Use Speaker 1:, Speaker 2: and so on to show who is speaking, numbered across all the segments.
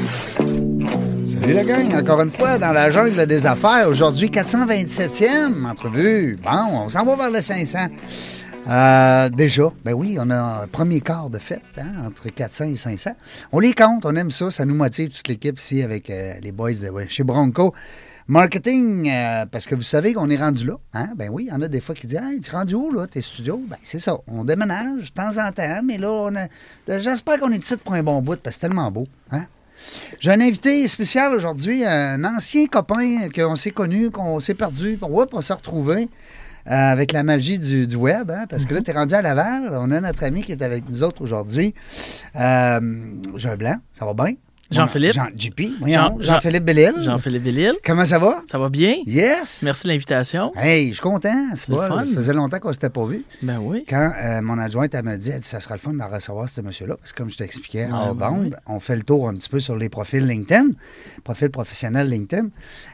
Speaker 1: Salut la gang, encore une fois dans la jungle des affaires. Aujourd'hui, 427e entrevue. Bon, on s'en va vers le 500. Euh, déjà, ben oui, on a un premier quart de fête hein, entre 400 et 500. On les compte, on aime ça, ça nous motive toute l'équipe ici avec euh, les boys de, ouais, chez Bronco. Marketing, euh, parce que vous savez qu'on est rendu là. Hein? Ben oui, il y en a des fois qui disent Hey, tu es rendu où là, tes studios? Ben c'est ça, on déménage de temps en temps, mais là, on a- là, j'espère qu'on est ici pour un bon bout parce que c'est tellement beau. Hein? J'ai un invité spécial aujourd'hui, un ancien copain qu'on s'est connu, qu'on s'est perdu, puis whoop, on s'est retrouvé euh, avec la magie du, du web, hein, parce
Speaker 2: Mhm.
Speaker 1: que là, tu es rendu à Laval. On a notre ami qui est avec nous autres aujourd'hui. Euh, J'ai un blanc, ça va bien?
Speaker 2: Jean-Philippe.
Speaker 1: Jean, JP, voyons,
Speaker 2: Jean-
Speaker 1: Jean-Philippe Bellil.
Speaker 2: Jean-Philippe Bellil,
Speaker 1: Comment ça va?
Speaker 2: ça va bien?
Speaker 1: Hmm. Yes!
Speaker 2: Merci de l'invitation.
Speaker 1: Hey, je suis content, c'est
Speaker 2: le
Speaker 1: pas,
Speaker 2: fun.
Speaker 1: ça faisait longtemps qu'on s'était pas vu.
Speaker 2: Ben oui.
Speaker 1: Quand euh, mon adjointe, elle m'a dit, elle dit, ça sera le fun de la recevoir, ce monsieur-là, parce que comme je t'expliquais,
Speaker 2: Ouais,
Speaker 1: hors
Speaker 2: ouais,
Speaker 1: d'onde,
Speaker 2: ouais.
Speaker 1: on fait le tour un petit peu sur les profils LinkedIn, profils professionnels LinkedIn,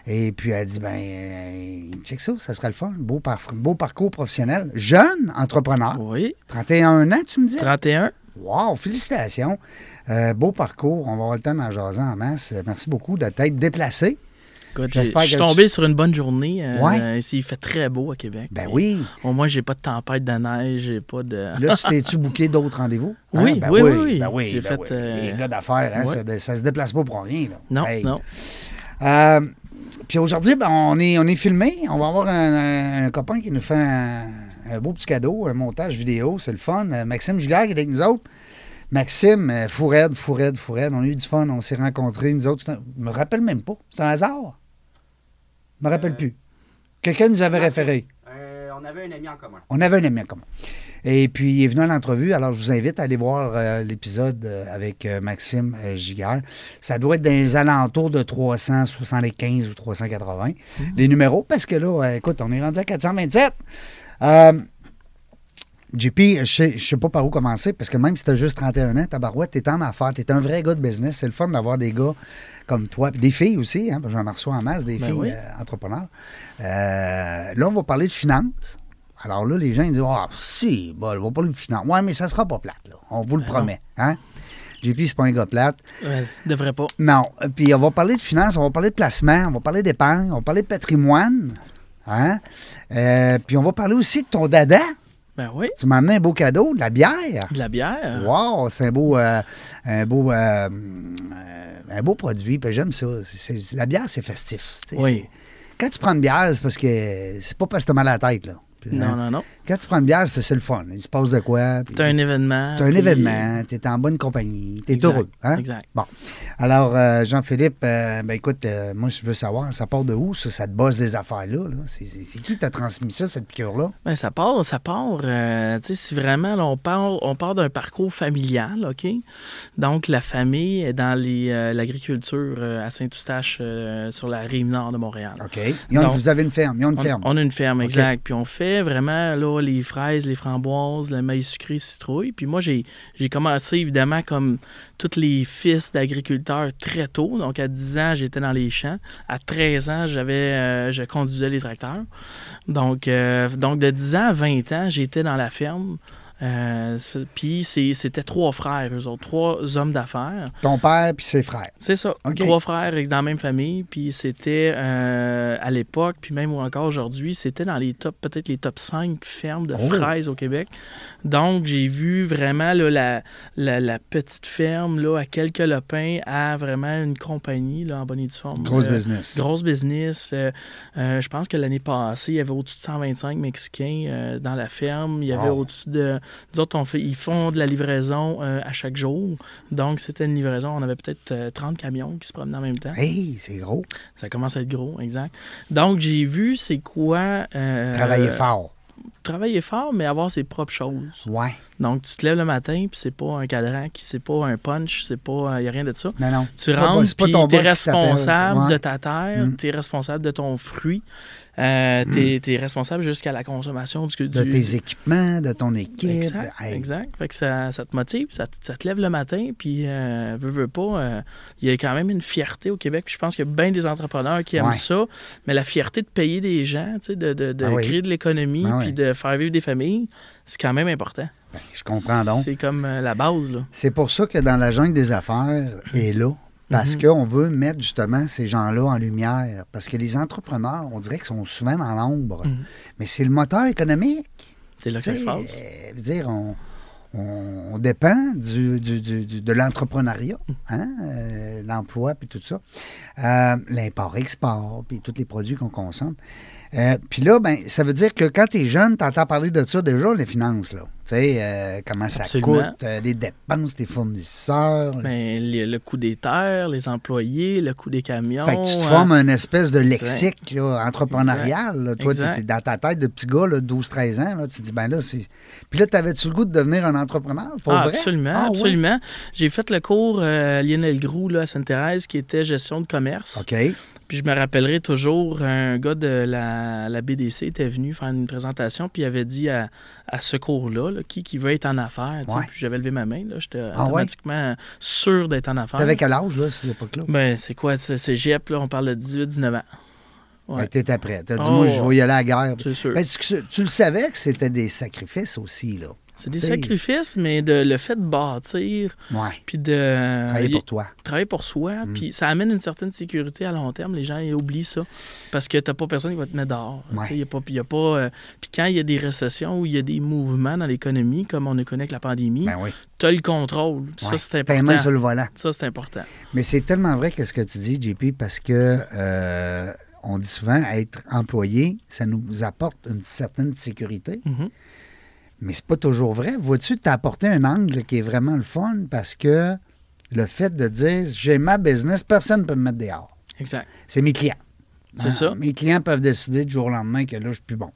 Speaker 1: et puis elle dit, ben, euh, check ça, ça sera le fun, beau, par- beau parcours professionnel, jeune entrepreneur,
Speaker 2: Oui.
Speaker 1: 31 ans, tu me dis?
Speaker 2: 31.
Speaker 1: Wow, félicitations, Euh, beau parcours, on va avoir le temps d'en jaser en masse, merci beaucoup de t'être déplacé.
Speaker 2: Écoute, j'ai-
Speaker 1: J'espère
Speaker 2: je suis
Speaker 1: que tu-
Speaker 2: tombé sur une bonne journée. euh,
Speaker 1: Ouais.
Speaker 2: ici, il fait très beau à Québec.
Speaker 1: Ben
Speaker 2: Et
Speaker 1: oui,
Speaker 2: Au moins, j'ai pas de tempête de neige, j'ai pas de.
Speaker 1: Là, tu t'es-tu booké d'autres rendez-vous? Hein?
Speaker 2: Oui,
Speaker 1: Ben
Speaker 2: oui, oui, oui.
Speaker 1: ben oui,
Speaker 2: J'ai
Speaker 1: ben
Speaker 2: fait,
Speaker 1: oui.
Speaker 2: euh,
Speaker 1: Les gars d'affaires, hein,
Speaker 2: ouais.
Speaker 1: ça, dé- ça se déplace pas pour rien. là.
Speaker 2: Non,
Speaker 1: Hey.
Speaker 2: non.
Speaker 1: Euh, puis aujourd'hui, ben, on, est, on est filmé. On va avoir un, un- un copain qui nous fait un, un beau petit cadeau, un montage vidéo. C'est le fun. Euh, Maxime Giguère qui est avec nous autres. Maxime, euh, Fourette, Fourette, Fourette. On a eu du fun. On s'est rencontrés, nous autres. C'est un- Je me rappelle même pas. C'est un hasard. Je me rappelle plus. Quelqu'un nous avait référé.
Speaker 3: Euh, on avait un ami en commun.
Speaker 1: On avait un ami en commun. Et puis, il est venu à l'entrevue. Alors, je vous invite à aller voir euh, l'épisode euh, avec euh, Maxime euh, Giguère. Ça doit être dans les alentours de 375 ou 380, les numéros, parce que là, euh, écoute, on est rendu à 427. Euh, JP, je sais, je sais pas par où commencer, parce que même si t'as juste 31 ans, tabarouette, t'es en affaires, t'es un vrai gars de business. C'est le fun d'avoir des gars comme toi, puis des filles aussi, hein, parce que j'en reçois en masse, des
Speaker 2: Ben
Speaker 1: filles
Speaker 2: oui.
Speaker 1: euh, entrepreneurs. Euh, là, on va parler de finances. Alors là, les gens ils disent Ah, si, bon, on va parler de finances. Ouais, mais ça sera pas plate, là. On vous le
Speaker 2: Ben
Speaker 1: promet. Hein? JP, c'est pas un gars plate.
Speaker 2: Ouais, Euh, devrait pas.
Speaker 1: Non. euh, Puis on va parler de finances, on va parler de placement, on va parler d'épargne, on va parler de patrimoine. Hein? Euh, puis on va parler aussi de ton dada.
Speaker 2: Ben oui.
Speaker 1: Tu m'as amené un beau cadeau, de la bière.
Speaker 2: De la bière.
Speaker 1: Wow, c'est un beau, euh, un beau, euh, euh, un beau produit. Puis j'aime ça. C'est- c'est- la bière, c'est festif. Tu sais,
Speaker 2: Oui.
Speaker 1: c'est- Quand tu prends une bière, c'est parce que c'est pas parce que t'as mal à la tête là. Puis, hein,
Speaker 2: Non, non, non.
Speaker 1: Quand tu prends une bière, c'est parce que c'est le fun. Il se passe de quoi. puis-
Speaker 2: C'est un événement.
Speaker 1: T'as un
Speaker 2: puis-
Speaker 1: événement, t'es en bonne compagnie, t'es
Speaker 2: Exact,
Speaker 1: heureux. Hein?
Speaker 2: exact.
Speaker 1: Bon. Alors, euh, Jean-Philippe, euh, ben écoute, euh, moi, je veux savoir, ça part de où, ça, ça te bosse des affaires-là? Là? C'est, c'est- c'est qui t'a transmis ça, cette piqûre-là?
Speaker 2: Ben, ça part, ça part. euh, tu sais, si vraiment là, on part, on part d'un parcours familial, OK? Donc, la famille est dans les, euh, l'agriculture euh, à Saint-Eustache, euh, sur la rive nord de Montréal.
Speaker 1: OK. Ils ont-
Speaker 2: Non.
Speaker 1: vous avez une ferme, ils ont une
Speaker 2: On,
Speaker 1: ferme.
Speaker 2: on a une ferme,
Speaker 1: OK.
Speaker 2: exact. Puis on fait vraiment là, les fraises, les framboises, le maïs sucré, citrouille. Puis moi, j'ai j'ai commencé évidemment comme tous les fils d'agriculteurs très tôt. Donc à 10 ans, j'étais dans les champs. À 13 ans, j'avais euh, je conduisais les tracteurs. Donc, euh, donc de 10 ans à 20 ans, j'étais dans la ferme. Euh, c'est- puis c'est- c'était trois frères, eux autres, trois hommes d'affaires.
Speaker 1: Ton père puis ses frères.
Speaker 2: C'est ça.
Speaker 1: OK.
Speaker 2: Trois frères dans la même famille. Puis c'était euh, à l'époque, puis même encore aujourd'hui, c'était dans les top, peut-être les top 5 fermes de
Speaker 1: Oh.
Speaker 2: fraises au Québec. Donc j'ai vu vraiment là, la, la, la petite ferme là, à quelques lopins à vraiment une compagnie là, en bonne et due forme.
Speaker 1: Grosse
Speaker 2: Euh,
Speaker 1: business.
Speaker 2: Grosse business. Euh, euh, je pense que l'année passée, il y avait au-dessus de 125 Mexicains euh, dans la ferme. Il y avait
Speaker 1: Wow.
Speaker 2: au-dessus de Nous autres, on fait, ils font de la livraison euh, à chaque jour. Donc, c'était une livraison. On avait peut-être euh, 30 camions qui se promenaient en même temps.
Speaker 1: Hey, c'est gros.
Speaker 2: Ça commence à être gros, exact. Donc, j'ai vu c'est quoi. euh,
Speaker 1: Travailler fort.
Speaker 2: Travailler fort, mais avoir ses propres choses.
Speaker 1: Ouais.
Speaker 2: Donc, tu te lèves le matin, puis c'est pas un cadran, qui- c'est pas un punch, c'est pas. Il n'y a rien de ça.
Speaker 1: Non, non.
Speaker 2: Tu
Speaker 1: C'est pas-
Speaker 2: rentres,
Speaker 1: c'est pas
Speaker 2: puis
Speaker 1: ton
Speaker 2: t'es
Speaker 1: boss qui s'appelle.
Speaker 2: responsable
Speaker 1: Ouais. Mm.
Speaker 2: de ta terre, t'es responsable de ton fruit, euh, t'es t'es responsable jusqu'à la consommation du,
Speaker 1: De
Speaker 2: du-
Speaker 1: tes équipements, de ton équipe.
Speaker 2: Exact,
Speaker 1: Hey,
Speaker 2: exact. Fait que ça, ça te motive, ça, te- ça te lève le matin, puis euh, veux, veux pas, euh, il y a quand même une fierté au Québec. puis je pense qu'il y a bien des entrepreneurs qui aiment
Speaker 1: Ouais.
Speaker 2: ça, mais la fierté de payer des gens, tu sais, de, de- de
Speaker 1: Ah oui.
Speaker 2: créer de l'économie,
Speaker 1: Ah
Speaker 2: puis
Speaker 1: oui.
Speaker 2: de faire vivre des familles, c'est quand même important.
Speaker 1: ben, je comprends donc.
Speaker 2: C'est comme euh, la base, là.
Speaker 1: C'est pour ça que dans la jungle des affaires est là. Parce
Speaker 2: Mhm.
Speaker 1: qu'on veut mettre justement ces gens-là en lumière. Parce que les entrepreneurs, on dirait qu'ils sont souvent dans l'ombre.
Speaker 2: Mhm.
Speaker 1: Mais c'est le moteur économique.
Speaker 2: C'est là que ça se passe.
Speaker 1: Euh, veut dire, on, on- on dépend du, du- du- du- de l'entrepreneuriat,
Speaker 2: Mm.
Speaker 1: hein, euh, l'emploi, puis tout ça. Euh, L'import-export, puis tous les produits qu'on consomme. Euh, puis là, ben, ça veut dire que quand tu es jeune, tu entends parler de ça déjà, les finances. Là. Tu sais, euh, comment ça
Speaker 2: Absolument.
Speaker 1: coûte, euh, les dépenses, les fournisseurs.
Speaker 2: Ben, le, le coût des terres, les employés, le coût des camions.
Speaker 1: Fait que tu te
Speaker 2: euh,
Speaker 1: formes une espèce de lexique là, entrepreneurial. là. Toi,
Speaker 2: Exact.
Speaker 1: t'es- t'es dans ta tête de petit gars, là, 12-13 ans, là, tu te dis, ben là, c'est. Puis là, t'avais-tu le goût de devenir un entrepreneur? Pour
Speaker 2: Ah,
Speaker 1: vrai?
Speaker 2: Absolument,
Speaker 1: Ah, ouais?
Speaker 2: absolument. J'ai fait le cours euh, Lionel Groux là, à Sainte-Thérèse qui était gestion de commerce.
Speaker 1: OK.
Speaker 2: Puis je me rappellerai toujours, un gars de la, la BDC était venu faire une présentation, puis il avait dit à, à ce cours-là, là, qui, qui veut être en affaires. tu sais.
Speaker 1: Ouais.
Speaker 2: Puis j'avais levé ma main, là, j'étais
Speaker 1: Ah, ouais?
Speaker 2: automatiquement sûr d'être en affaires.
Speaker 1: T'avais quel âge, là, à cette époque-là?
Speaker 2: Ben, c'est quoi, c'est cégep, là, on parle de 18-19 ans,
Speaker 1: Fait que
Speaker 2: ouais.
Speaker 1: Ben, T'étais prêt. T'as dit,
Speaker 2: Oh,
Speaker 1: moi,
Speaker 2: ouais.
Speaker 1: je vais y aller à la guerre.
Speaker 2: c'est sûr.
Speaker 1: Ben, tu, tu le savais que c'était des sacrifices aussi, là.
Speaker 2: c'est des
Speaker 1: t'sais-
Speaker 2: sacrifices, mais de, le fait de bâtir,
Speaker 1: Ouais.
Speaker 2: puis de...
Speaker 1: Travailler pour Mm. toi.
Speaker 2: travailler pour soi, puis ça amène une certaine sécurité à long terme. Les gens ils oublient ça parce que t'as pas personne qui va te mettre dehors.
Speaker 1: Ouais.
Speaker 2: Tu sais, y a pas- y a pas, euh, puis quand il y a des récessions ou il y a des mouvements dans l'économie, comme on le connaît avec la pandémie,
Speaker 1: Ben oui.
Speaker 2: t'as le contrôle. Puis Ça,
Speaker 1: Ouais.
Speaker 2: c'est
Speaker 1: T'as les mains sur
Speaker 2: important.
Speaker 1: le volant.
Speaker 2: Ça, c'est important.
Speaker 1: Mais c'est tellement vrai que ce que tu dis, JP, parce que euh, on dit souvent être employé, ça nous apporte une certaine sécurité.
Speaker 2: Mhm.
Speaker 1: Mais c'est pas toujours vrai. Vois-tu, t'as apporté un angle qui est vraiment le fun parce que le fait de dire j'ai ma business, personne ne peut me mettre dehors.
Speaker 2: Exact.
Speaker 1: C'est mes clients. Hein?
Speaker 2: C'est ça.
Speaker 1: Mes clients peuvent décider du jour au lendemain que là, je suis plus bon.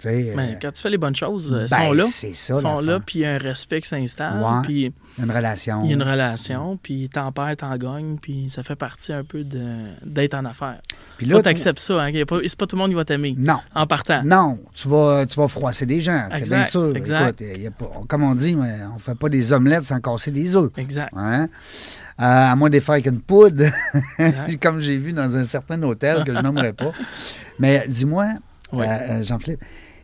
Speaker 1: Tu sais, euh,
Speaker 2: Mais quand tu fais les bonnes choses, euh,
Speaker 1: ben,
Speaker 2: sont là.
Speaker 1: c'est ça,
Speaker 2: sont là,
Speaker 1: l'affaire.
Speaker 2: puis il y a un respect qui s'installe,
Speaker 1: Ouais.
Speaker 2: puis
Speaker 1: une relation.
Speaker 2: il y a une relation, puis t'en perds, t'en gagnes, puis ça fait partie un peu de- d'être en affaires.
Speaker 1: Puis
Speaker 2: Là,
Speaker 1: là,
Speaker 2: t'acceptes ça. Hein, qu'il y a pas- c'est pas tout le monde qui va t'aimer.
Speaker 1: tu- Non.
Speaker 2: En partant.
Speaker 1: Non, tu vas, tu vas froisser des gens, c'est
Speaker 2: Ah. Exact,
Speaker 1: bien sûr.
Speaker 2: exact.
Speaker 1: Écoute, y a pas- comme on dit, mais on fait pas des omelettes sans casser des œufs.
Speaker 2: Exact.
Speaker 1: Hein? Euh, à moins de les faire avec une poudre,
Speaker 2: Exact.
Speaker 1: comme j'ai vu dans un certain hôtel que je nommerai pas. Mais dis-moi,
Speaker 2: Ouais.
Speaker 1: euh, euh, Jean-Philippe,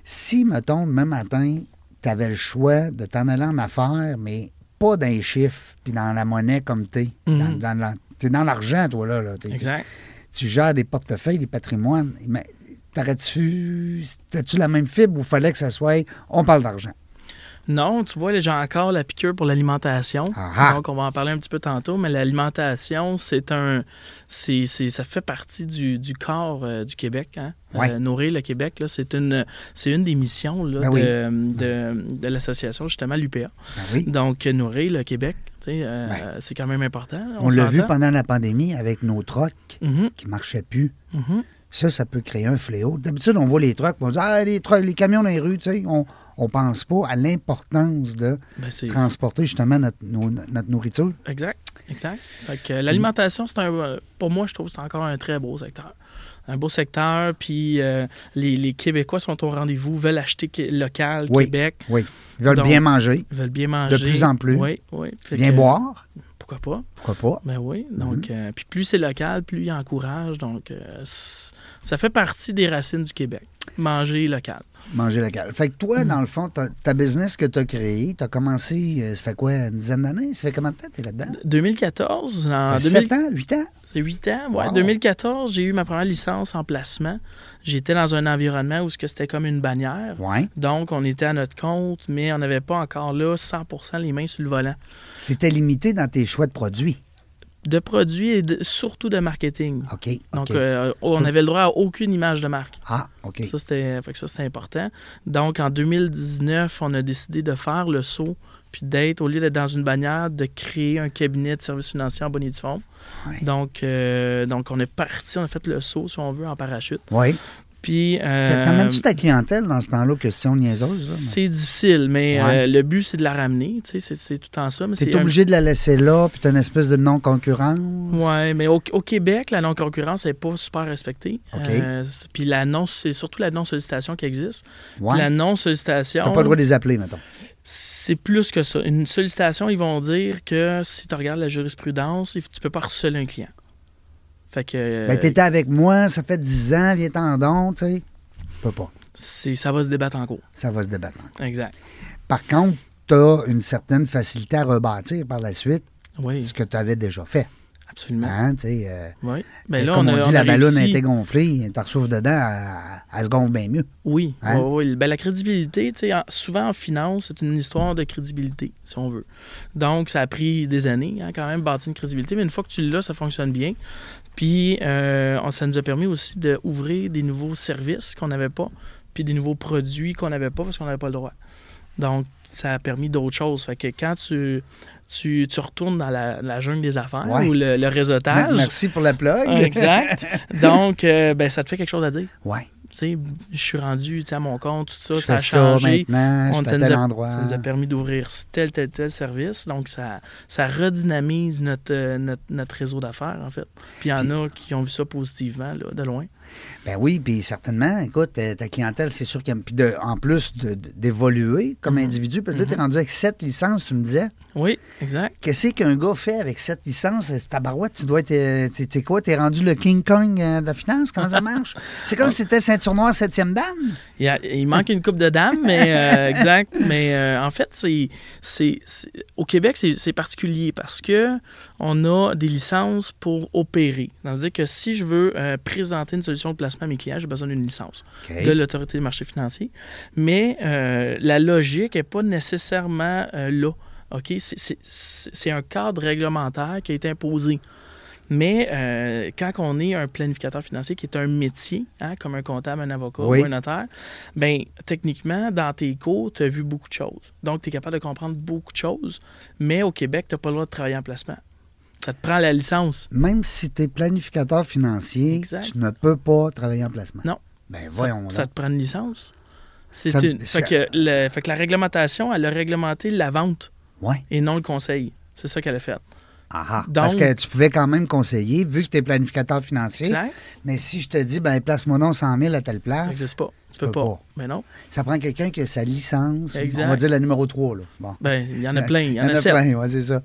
Speaker 1: si, mettons, demain matin, tu avais le choix de t'en aller en affaires, mais pas dans les chiffres, puis dans la monnaie comme t'es.
Speaker 2: Mhm.
Speaker 1: Dans, dans la- t'es dans l'argent, toi, là. là. T'es-
Speaker 2: Exact.
Speaker 1: tu gères des portefeuilles, des patrimoines, mais t'aurais-tu t'as-tu la même fibre ou fallait que ça soit on parle d'argent?
Speaker 2: Non, tu vois, là, j'ai encore la piqûre pour l'alimentation.
Speaker 1: Ah ah.
Speaker 2: Donc, on va en parler un petit peu tantôt, mais l'alimentation, c'est un. c'est c'est- ça fait partie du, du corps euh, du Québec. Hein?
Speaker 1: Ouais.
Speaker 2: Euh, nourrir le Québec, là, c'est une, c'est une des missions là,
Speaker 1: Ben
Speaker 2: de,
Speaker 1: oui.
Speaker 2: de, de l'association, justement, l'UPA.
Speaker 1: Ben oui.
Speaker 2: Donc, euh, nourrir le Québec, tu sais, euh, c'est quand même important. là,
Speaker 1: On, l'a vu
Speaker 2: s'entend.
Speaker 1: pendant la pandémie avec nos trocs
Speaker 2: Mhm,
Speaker 1: qui marchaient plus.
Speaker 2: mhm.
Speaker 1: Ça, ça peut créer un fléau. D'habitude, on voit les trucks, on dit Ah, les, trucks, les camions dans les rues, tu sais, on ne pense pas à l'importance de
Speaker 2: Ben, c'est-
Speaker 1: transporter justement notre, nos- notre nourriture.
Speaker 2: Exact, exact. Fait que, euh, l'alimentation, c'est un, euh, pour moi, je trouve que c'est encore un très beau secteur. Un beau secteur, puis euh, les, les Québécois sont au rendez-vous, veulent acheter qui- local,
Speaker 1: Oui.
Speaker 2: Québec,
Speaker 1: Oui. Ils veulent
Speaker 2: Donc,
Speaker 1: bien manger,
Speaker 2: veulent bien manger.
Speaker 1: plus en plus.
Speaker 2: Oui, oui. Fait
Speaker 1: bien
Speaker 2: que,
Speaker 1: boire, Mm-hmm.
Speaker 2: Pourquoi pas?
Speaker 1: pourquoi pas?
Speaker 2: Ben oui. Donc, euh, puis plus c'est local, plus il encourage. Donc, euh, c- ça fait partie des racines du Québec. Manger local.
Speaker 1: Manger local. Fait que
Speaker 2: Mm.
Speaker 1: toi, dans le fond, ta, ta business que tu as créée, tu as commencé, euh, ça fait quoi, une dizaine d'années? Ça fait combien de temps que tu es là-dedans?
Speaker 2: 2014, en
Speaker 1: Ça fait
Speaker 2: 2000
Speaker 1: 7 Ben, ans, 8 ans?
Speaker 2: C'est 8 ans, ouais.
Speaker 1: Wow.
Speaker 2: 2014, j'ai eu ma première licence en placement. J'étais dans un environnement où ce que c'était comme une bannière.
Speaker 1: Oui.
Speaker 2: Donc, on était à notre compte, mais on n'avait pas encore là 100 les mains sur le volant.
Speaker 1: Tu étais limité dans tes choix de produits.
Speaker 2: de produits et de- surtout de marketing.
Speaker 1: OK. OK.
Speaker 2: Donc, euh, on n'avait le droit à aucune image de marque.
Speaker 1: ah, OK.
Speaker 2: Ça, c'était fait que ça, c'était important. Donc, en 2019, on a décidé de faire le saut, puis d'être, au lieu d'être dans une bannière, de créer un cabinet de services financiers en bonnet du fond.
Speaker 1: Ouais.
Speaker 2: Donc, euh, donc, on est parti, on a fait le saut, si on veut, en parachute.
Speaker 1: Oui.
Speaker 2: Puis. euh,
Speaker 1: T'amènes-tu ta clientèle dans ce temps-là, question niaiseuse? là?
Speaker 2: c'est difficile, mais
Speaker 1: Ouais.
Speaker 2: euh, le but, c'est de la ramener. tu sais, C'est c'est tout en ça. mais
Speaker 1: T'es
Speaker 2: c'est un-
Speaker 1: obligé de la laisser là, puis t'as une espèce de non-concurrence.
Speaker 2: Oui, mais au, au Québec, la non-concurrence n'est pas super respectée.
Speaker 1: OK.
Speaker 2: Euh, c'est- puis la non- c'est surtout la non-sollicitation qui existe.
Speaker 1: Ouais.
Speaker 2: La
Speaker 1: T'as
Speaker 2: non-sollicitation,
Speaker 1: pas le droit de les appeler, mettons.
Speaker 2: c'est plus que ça. Une sollicitation, ils vont dire que si tu regardes la jurisprudence, il f- tu peux pas harceler un client. Fait que euh,
Speaker 1: Ben, t'étais avec moi, ça fait 10 ans, viens t'en donc, tu sais. Tu peux pas.
Speaker 2: c'est- ça va se débattre en cours.
Speaker 1: Ça va se débattre.
Speaker 2: Exact.
Speaker 1: Par contre, t'as une certaine facilité à rebâtir par la suite
Speaker 2: Oui,
Speaker 1: ce que tu avais déjà fait.
Speaker 2: absolument.
Speaker 1: Hein, tu sais, euh,
Speaker 2: Oui. Ben là,
Speaker 1: comme on,
Speaker 2: a-
Speaker 1: dit,
Speaker 2: a
Speaker 1: la ballonne a
Speaker 2: réussi-
Speaker 1: été gonflée, t'en ressouffles dedans, à, à seconde bien mieux.
Speaker 2: Oui,
Speaker 1: Hein?
Speaker 2: oui, oui. Ben, la crédibilité, tu sais, en- souvent en finance, c'est une histoire de crédibilité, si on veut. Donc, ça a pris des années, hein, quand même, bâtir une crédibilité, mais une fois que tu l'as, ça fonctionne bien. Puis, euh, on- ça nous a permis aussi d'ouvrir des nouveaux services qu'on n'avait pas, puis des nouveaux produits qu'on n'avait pas parce qu'on n'avait pas le droit. Donc, ça a permis d'autres choses. Fait que quand tu, tu, tu retournes dans la, la jungle des affaires
Speaker 1: Ouais.
Speaker 2: ou le, le réseautage.
Speaker 1: Merci pour la plug.
Speaker 2: Exact. Donc, euh, ben, ça te fait quelque chose à dire
Speaker 1: Ouais.
Speaker 2: tu sais, je suis rendu tu sais, à mon compte, tout ça,
Speaker 1: je
Speaker 2: ça a
Speaker 1: fais ça
Speaker 2: changé.
Speaker 1: maintenant, je
Speaker 2: On-
Speaker 1: suis
Speaker 2: ça
Speaker 1: à
Speaker 2: nous
Speaker 1: tel
Speaker 2: a-
Speaker 1: endroit.
Speaker 2: ça nous a permis d'ouvrir tel, tel, tel service. Donc, ça, ça redynamise notre, euh, notre, notre réseau d'affaires, en fait. Puis, il y en a qui ont vu ça positivement, là, de loin.
Speaker 1: Ben oui, puis certainement, écoute, euh, ta clientèle, c'est sûr qu'il y a... Puis de- en plus de- de- d'évoluer
Speaker 2: Mhm.
Speaker 1: comme individu, puis là, t'es rendu avec sept licences, tu me disais.
Speaker 2: Oui, exact.
Speaker 1: Qu'est-ce qu'un gars fait avec cette licence? C'est Tabarouette, tu dois être. euh, t'es- T'es quoi? T'es rendu le King Kong euh, de la finance? Comment ça marche? C'est comme si c'était ceinture noire, septième dame.
Speaker 2: Il, y a- il manque une coupe de dames, mais euh, exact. Mais euh, en fait, c'est, c'est, c'est- au Québec, c'est, c'est particulier parce que on a des licences pour opérer. Ça veut dire que si je veux euh, présenter une solution de placement à mes clients, j'ai besoin d'une licence. de l'autorité des marchés financiers. Mais euh, la logique n'est pas nécessairement euh, là. OK? C'est- c'est- C'est c'est un cadre réglementaire qui a été imposé. Mais euh, quand on est un planificateur financier qui est un métier, hein, comme un comptable, un avocat
Speaker 1: Oui.
Speaker 2: ou un notaire, ben techniquement, dans tes cours, tu as vu beaucoup de choses. Donc, tu es capable de comprendre beaucoup de choses, mais au Québec, tu n'as pas le droit de travailler en placement. Ça te prend la licence.
Speaker 1: Même si t'es planificateur financier,
Speaker 2: Exact.
Speaker 1: tu ne peux pas travailler en placement.
Speaker 2: Non.
Speaker 1: Ben
Speaker 2: Ça,
Speaker 1: voyons.
Speaker 2: ça
Speaker 1: Ça,
Speaker 2: te prend une licence. C'est
Speaker 1: Ça-
Speaker 2: une.
Speaker 1: ça-
Speaker 2: Fait que, le- fait que la réglementation, elle a réglementé la vente
Speaker 1: Ouais.
Speaker 2: et non le conseil. C'est ça qu'elle a fait.
Speaker 1: Ah, ah.
Speaker 2: Donc-
Speaker 1: Parce que tu pouvais quand même conseiller, vu que t'es planificateur financier.
Speaker 2: Exact.
Speaker 1: Mais si je te dis, ben place-moi non 100 000 à telle
Speaker 2: Ça
Speaker 1: place,
Speaker 2: n'existe pas. Tu peux
Speaker 1: peux
Speaker 2: pas.
Speaker 1: pas.
Speaker 2: Mais non.
Speaker 1: ça prend quelqu'un qui a sa licence.
Speaker 2: Exact.
Speaker 1: On va dire la numéro 3, là. Bon.
Speaker 2: Ben, il y en a plein. Il y en a, sept.
Speaker 1: plein, ouais, c'est ça.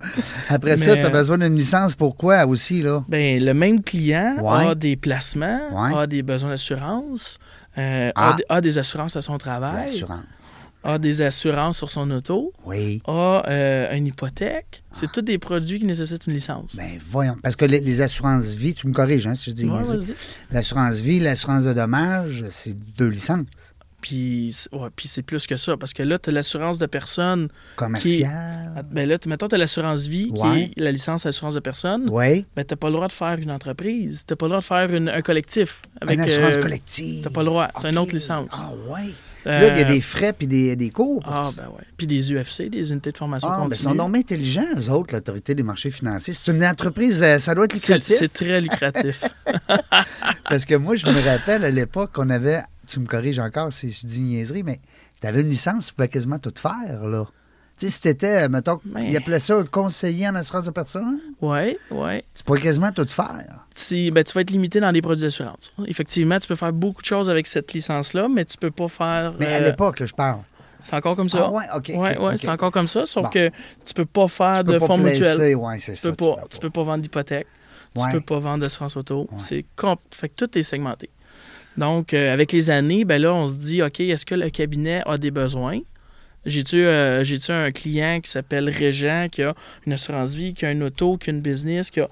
Speaker 1: Après ça,
Speaker 2: Mais,
Speaker 1: tu as
Speaker 2: euh,
Speaker 1: besoin d'une licence pour quoi aussi, là?
Speaker 2: Ben, le même client
Speaker 1: Ouais.
Speaker 2: a des placements,
Speaker 1: Ouais.
Speaker 2: a des besoins d'assurance, euh,
Speaker 1: Ah.
Speaker 2: a, des- a des assurances à son travail,
Speaker 1: L'assurance.
Speaker 2: a des assurances sur son auto,
Speaker 1: Oui.
Speaker 2: a euh, une hypothèque. C'est tous des produits qui nécessitent une licence.
Speaker 1: Ben voyons, parce que les, les assurances vie, tu me corriges hein, si je dis
Speaker 2: Ouais,
Speaker 1: niaiserie.
Speaker 2: vas-y.
Speaker 1: L'assurance vie, l'assurance de dommages, c'est deux licences.
Speaker 2: Puis c'est- ouais, puis c'est plus que ça, parce que là, tu as l'assurance de personne Ah,
Speaker 1: Commerciale.
Speaker 2: Ben là, tu- mettons, tu as l'assurance vie,
Speaker 1: Ouais.
Speaker 2: qui est la licence assurance de personne.
Speaker 1: Oui.
Speaker 2: Ben, tu n'as pas le droit de faire une entreprise. Tu n'as pas le droit de faire une- un collectif. Avec,
Speaker 1: Une assurance
Speaker 2: euh,
Speaker 1: collective.
Speaker 2: t'as pas le droit. C'est une
Speaker 1: OK.
Speaker 2: autre licence.
Speaker 1: Ah oui. Là, il y a
Speaker 2: Euh,
Speaker 1: des frais puis des, des cours. pour
Speaker 2: Ah,
Speaker 1: ça.
Speaker 2: ben ouais. Puis des UFC, des unités de formation
Speaker 1: Ah, ben, ils
Speaker 2: continue.
Speaker 1: sont donc bien intelligents, eux autres, l'autorité des marchés financiers. C'est une entreprise, euh, ça doit être
Speaker 2: C'est-
Speaker 1: lucratif.
Speaker 2: C'est très lucratif.
Speaker 1: Parce que moi, je me rappelle à l'époque qu'on avait, tu me corriges encore si je dis une niaiserie, mais tu avais une licence, tu pouvais quasiment tout faire, là. Tu sais, si t'étais, euh, mettons,
Speaker 2: Mais-
Speaker 1: il appelait ça un conseiller en assurance de personne,
Speaker 2: ouais, ouais.
Speaker 1: tu pouvais quasiment tout faire.
Speaker 2: Tu, ben, tu vas être limité dans les produits d'assurance. Effectivement, tu peux faire beaucoup de choses avec cette licence-là, mais tu peux pas faire.
Speaker 1: Mais à
Speaker 2: euh,
Speaker 1: l'époque, là, je parle.
Speaker 2: C'est encore comme ça.
Speaker 1: Ah ouais, ok,
Speaker 2: Ouais,
Speaker 1: ok,
Speaker 2: ouais,
Speaker 1: ok.
Speaker 2: c'est encore comme ça, sauf
Speaker 1: Bon.
Speaker 2: que tu peux pas faire de fonds mutuels.
Speaker 1: placer, ouais, c'est
Speaker 2: Tu
Speaker 1: ça.
Speaker 2: peux pas, tu peux pas vendre d'hypothèque.
Speaker 1: Ouais.
Speaker 2: Tu peux pas vendre d'assurance auto.
Speaker 1: Ouais.
Speaker 2: C'est comp- fait que tout est segmenté. Donc, euh, avec les années, ben là, on se dit, OK, est-ce que le cabinet a des besoins? J'ai-tu euh, j'ai-tu un client qui s'appelle Régent, qui a une assurance vie, qui a une auto, qui a une business, qui a...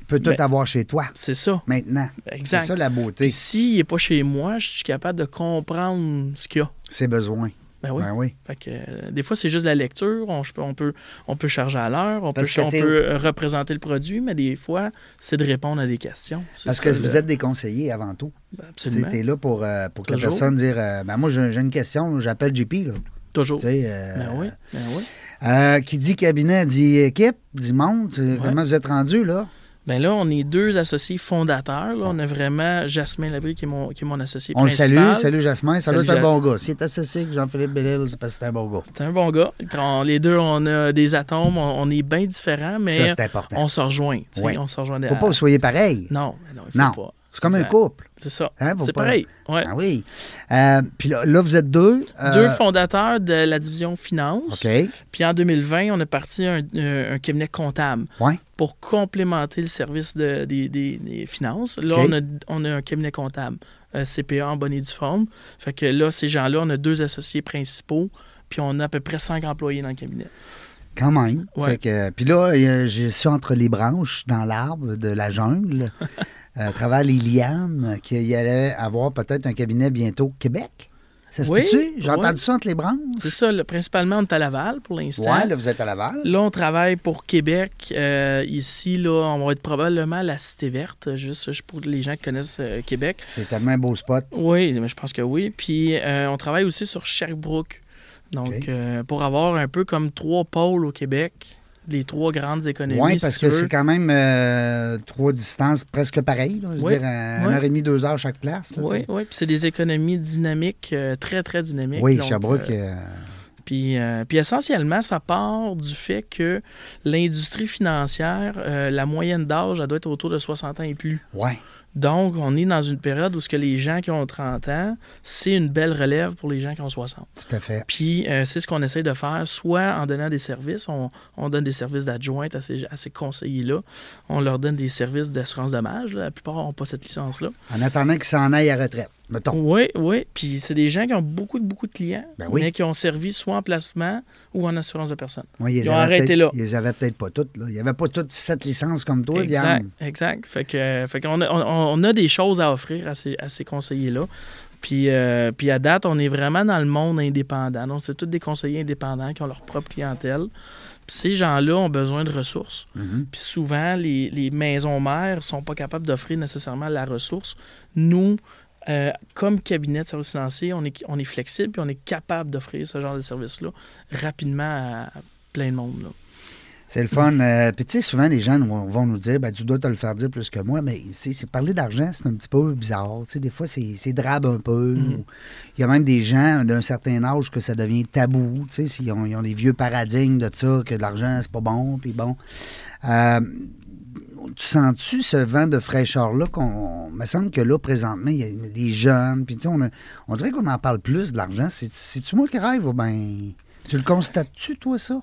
Speaker 1: Tu peux tout
Speaker 2: Ben-
Speaker 1: avoir chez toi,
Speaker 2: C'est ça,
Speaker 1: maintenant. C'est
Speaker 2: exact.
Speaker 1: ça la beauté,
Speaker 2: Puis s'il n'est pas chez moi, je suis capable de comprendre ce qu'il y a.
Speaker 1: ses besoins.
Speaker 2: Ben oui.
Speaker 1: Ben oui.
Speaker 2: Fait que, euh, des fois, c'est juste la lecture. On, je peux- on, peut, on peut charger à l'heure, on, peut,
Speaker 1: Parce que
Speaker 2: on
Speaker 1: t'es-
Speaker 2: peut euh, représenter le produit, mais des fois, c'est de répondre à des questions. C'est
Speaker 1: Parce
Speaker 2: ça,
Speaker 1: que
Speaker 2: le-
Speaker 1: vous êtes des conseillers avant tout.
Speaker 2: ben,
Speaker 1: Tu
Speaker 2: absolument.
Speaker 1: es là pour, euh, pour que la
Speaker 2: Toujours.
Speaker 1: personne dise euh, ben Moi, j'ai j'ai une question, j'appelle JP. Là.
Speaker 2: Toujours.
Speaker 1: Tu sais, euh,
Speaker 2: Ben oui, ben oui.
Speaker 1: euh, qui dit cabinet dit équipe, dit monde. Tu- Comment vous êtes rendu là?
Speaker 2: Ben là, on est deux associés fondateurs. là. On a vraiment Jasmin Labrie qui est mon, qui est mon associé
Speaker 1: On le salue.
Speaker 2: principal.
Speaker 1: Salut Jasmin. Ça doit
Speaker 2: Salut,
Speaker 1: être un
Speaker 2: Ja-
Speaker 1: bon gars. S'il est associé avec Jean-Philippe Bellil, c'est parce que c'est un bon gars.
Speaker 2: C'est un bon gars. On- les deux, on a des atomes, on, on est bien différents,
Speaker 1: ça,
Speaker 2: mais
Speaker 1: c'est important.
Speaker 2: on se rejoint. tu sais,
Speaker 1: Ouais.
Speaker 2: On se rejoint.
Speaker 1: Faut pas que vous soyez pareil.
Speaker 2: Non, ben non, il faut
Speaker 1: Non.
Speaker 2: pas.
Speaker 1: C'est comme un
Speaker 2: Exact.
Speaker 1: couple.
Speaker 2: C'est ça.
Speaker 1: Hein, faut
Speaker 2: c'est
Speaker 1: pas-
Speaker 2: pareil. Ouais.
Speaker 1: Ah oui. Euh, Puis là, là, vous êtes deux. euh,
Speaker 2: Deux fondateurs de la division finance.
Speaker 1: OK.
Speaker 2: Puis en 2020, on a parti un, euh, un- un cabinet comptable
Speaker 1: Ouais.
Speaker 2: pour complémenter le service de- des, des- des finances. Là,
Speaker 1: OK.
Speaker 2: on, a, on a un cabinet comptable, euh, CPA en bonne et due forme. Fait que là, ces gens-là, on a deux associés principaux, puis on a à peu près cinq employés dans le cabinet.
Speaker 1: Quand même.
Speaker 2: Ouais.
Speaker 1: Fait que- Puis là, euh, je suis entre les branches, dans l'arbre de la jungle, euh, à travers les lianes, qu'il y allait avoir peut-être un cabinet bientôt au Québec. Ça se
Speaker 2: Oui,
Speaker 1: peut-tu? J'ai
Speaker 2: oui.
Speaker 1: entendu ça entre les branches.
Speaker 2: C'est ça, là, principalement, on est à Laval pour l'instant.
Speaker 1: Ouais, là, vous êtes à Laval.
Speaker 2: Là, on travaille pour Québec. Euh, ici, là, on va être probablement à la Cité Verte, juste pour les gens qui connaissent euh, Québec.
Speaker 1: C'est tellement un beau spot.
Speaker 2: Oui, mais je pense que oui. Puis euh, on travaille aussi sur Sherbrooke. Donc,
Speaker 1: OK.
Speaker 2: euh, pour avoir un peu comme trois pôles au Québec, les trois grandes économies.
Speaker 1: Oui,
Speaker 2: si
Speaker 1: parce
Speaker 2: tu
Speaker 1: que
Speaker 2: veux.
Speaker 1: c'est quand même euh, trois distances presque pareilles. là. Je veux
Speaker 2: Oui,
Speaker 1: dire, un-
Speaker 2: oui.
Speaker 1: une heure et demie, deux heures chaque place. là,
Speaker 2: Oui,
Speaker 1: t'sais.
Speaker 2: oui. Puis c'est des économies dynamiques, euh, très, très dynamiques.
Speaker 1: Oui,
Speaker 2: Donc,
Speaker 1: Sherbrooke.
Speaker 2: euh,
Speaker 1: euh,
Speaker 2: puis, euh, puis essentiellement, ça part du fait que l'industrie financière, euh, la moyenne d'âge, elle doit être autour de 60 ans et plus.
Speaker 1: euh, ouais.
Speaker 2: Donc, on est dans une période où ce que les gens qui ont 30 ans, c'est une belle relève pour les gens qui ont 60.
Speaker 1: tout à fait.
Speaker 2: Puis euh, c'est ce qu'on essaie de faire, soit en donnant des services, on, on donne des services d'adjointe à ces, à ces conseillers-là, on leur donne des services d'assurance dommage, là. la plupart n'ont pas cette licence-là.
Speaker 1: En attendant qu'ils s'en aillent à retraite, mettons.
Speaker 2: Oui, oui, puis c'est des gens qui ont beaucoup, beaucoup de clients,
Speaker 1: Ben oui.
Speaker 2: mais qui ont servi soit en placement ou en assurance de personne.
Speaker 1: Moi,
Speaker 2: Ils
Speaker 1: les
Speaker 2: ont
Speaker 1: avaient
Speaker 2: arrêté
Speaker 1: peut-être-
Speaker 2: là.
Speaker 1: Ils les avaient peut-être pas toutes. Là. Ils n'avaient pas toutes sept licences comme toi,
Speaker 2: exact,
Speaker 1: Liane.
Speaker 2: exact. Fait que, fait qu'on a, on, on a des choses à offrir à ces, à ces conseillers-là. Puis, euh, puis à date, on est vraiment dans le monde indépendant. Donc, c'est tous des conseillers indépendants qui ont leur propre clientèle. Puis ces gens-là ont besoin de ressources.
Speaker 1: Mhm.
Speaker 2: Puis souvent, les, les maisons mères sont pas capables d'offrir nécessairement la ressource. Nous, euh, comme cabinet de services financiers, on est, on est flexible puis on est capable d'offrir ce genre de service-là rapidement à plein de monde. là.
Speaker 1: C'est le fun. Euh, Puis tu sais, souvent, les gens nous- vont nous dire, ben, tu dois te le faire dire plus que moi, mais c'est c'est- parler d'argent, c'est un petit peu bizarre. Tu sais, des fois, c'est c'est drabe un peu.
Speaker 2: Mhm.
Speaker 1: Il y a même des gens d'un certain âge que ça devient tabou. Tu sais, s'ils ont- ils ont des vieux paradigmes de ça, que de l'argent, c'est pas bon, puis bon. Euh, tu sens-tu ce vent de fraîcheur-là qu'on... me semble que là, présentement, il y a des jeunes, puis tu sais, on, a- on dirait qu'on en parle plus de l'argent. C'est- C'est-tu moi qui rêve ou ben... Tu le constates-tu, toi, ça?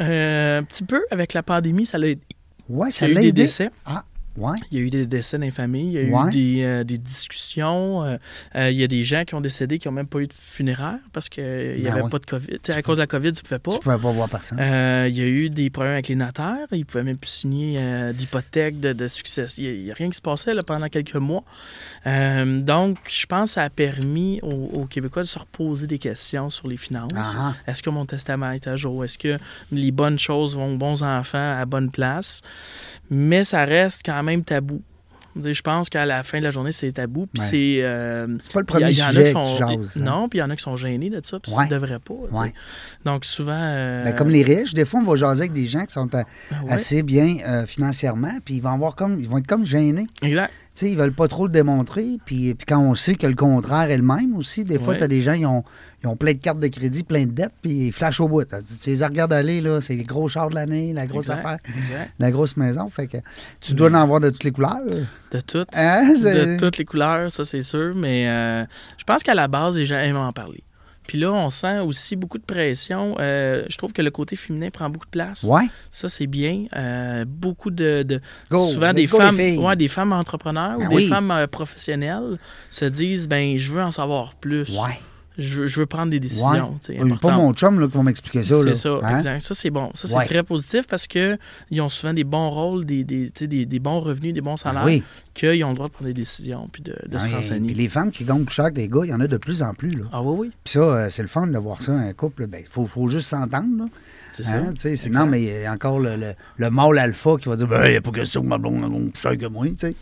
Speaker 2: Euh, un petit peu, avec la pandémie, ça l'a aidé.
Speaker 1: Ouais,
Speaker 2: Il
Speaker 1: ça
Speaker 2: y a
Speaker 1: l'a
Speaker 2: eu des
Speaker 1: aidé.
Speaker 2: décès.
Speaker 1: Ouais.
Speaker 2: Il y a eu des décès dans les familles. Il y a
Speaker 1: Ouais.
Speaker 2: eu des, euh, des discussions. euh, euh, il y a des gens qui ont décédé qui n'ont même pas eu de funéraire parce qu'il n'y
Speaker 1: Ben
Speaker 2: avait
Speaker 1: ouais.
Speaker 2: pas de COVID. Tu sais, à cause de la COVID, tu ne pouvais pas.
Speaker 1: Tu pouvais pas voir personne.
Speaker 2: Oh. Euh, il y a eu des problèmes avec les notaires. Ils ne pouvaient même plus signer euh, d'hypothèque, de, de succès. Il n'y a, rien qui se passait là, pendant quelques mois. Euh, donc, je pense que ça a permis aux, aux Québécois de se reposer des questions sur les finances.
Speaker 1: Ah, ah.
Speaker 2: Est-ce que mon testament est à jour? Est-ce que les bonnes choses vont aux bons enfants à bonne place? Mais ça reste quand même tabou. Je veux dire, je pense qu'à la fin de la journée, c'est tabou. Puis
Speaker 1: Ouais.
Speaker 2: c'est. euh,
Speaker 1: C'est pas le
Speaker 2: il y,
Speaker 1: premier
Speaker 2: a- il y en a
Speaker 1: sujet
Speaker 2: qui
Speaker 1: que tu
Speaker 2: sont.
Speaker 1: jases. hein.
Speaker 2: Non, puis il y en a qui sont gênés de ça, puis
Speaker 1: Ouais.
Speaker 2: ça ne devrait pas. tu sais.
Speaker 1: Ouais.
Speaker 2: Donc souvent. euh,
Speaker 1: Ben, comme les riches, des fois, on va jaser avec des gens qui sont euh,
Speaker 2: ouais.
Speaker 1: assez bien euh, financièrement, puis ils vont, avoir comme, ils vont être comme gênés.
Speaker 2: Exact.
Speaker 1: Tu sais, ils veulent pas trop le démontrer. Puis, puis quand on sait que le contraire est le même aussi, des fois,
Speaker 2: Ouais.
Speaker 1: tu as des gens, ils ont, ils ont plein de cartes de crédit, plein de dettes, puis ils flashent au bout. Tu tu les regardes aller, là, c'est les gros chars de l'année, la grosse
Speaker 2: exact,
Speaker 1: affaire,
Speaker 2: exact.
Speaker 1: la grosse maison. Fait que tu dois en avoir de toutes les couleurs.
Speaker 2: De toutes.
Speaker 1: Hein,
Speaker 2: De
Speaker 1: c'est-
Speaker 2: toutes les couleurs, ça c'est sûr, mais euh, je pense qu'à la base, les gens aiment en parler. Puis là, on sent aussi beaucoup de pression. Euh, je trouve que le côté féminin prend beaucoup de place.
Speaker 1: Ouais.
Speaker 2: Ça, c'est bien. Euh, beaucoup de. de-
Speaker 1: Go,
Speaker 2: souvent,
Speaker 1: let's
Speaker 2: des
Speaker 1: go, les
Speaker 2: femmes,
Speaker 1: filles.
Speaker 2: ouais, des femmes entrepreneurs
Speaker 1: Ben
Speaker 2: ou des
Speaker 1: oui.
Speaker 2: femmes euh, professionnelles se disent ben, je veux en savoir plus.
Speaker 1: Ouais.
Speaker 2: Je, veux- je veux prendre des décisions. tu sais,
Speaker 1: Ouais. Pas
Speaker 2: importantes.
Speaker 1: mon chum là, qui va m'expliquer ça. là.
Speaker 2: C'est ça,
Speaker 1: Hein?
Speaker 2: exact. Ça, c'est bon. Ça, c'est
Speaker 1: Ouais.
Speaker 2: très positif parce que ils ont souvent des bons rôles, des, des, tu sais, des- des bons revenus, des bons salaires
Speaker 1: Ben Oui,
Speaker 2: qu'ils ont le droit de prendre des décisions puis de, de se
Speaker 1: Ouais,
Speaker 2: renseigner.
Speaker 1: puis les femmes qui gagnent plus cher que les gars, il y en a de plus en plus. Là.
Speaker 2: Ah oui, oui,
Speaker 1: Puis ça, euh, c'est le fun de voir ça, un couple. Ben, faut, faut juste s'entendre. là.
Speaker 2: c'est
Speaker 1: Hein,
Speaker 2: ça.
Speaker 1: tu sais, c'est-
Speaker 2: Exact.
Speaker 1: non, mais il y a encore le, le, le mâle alpha qui va dire ben, il n'y a pas question que ma blonde elle gagne plus cher que moi. tu sais.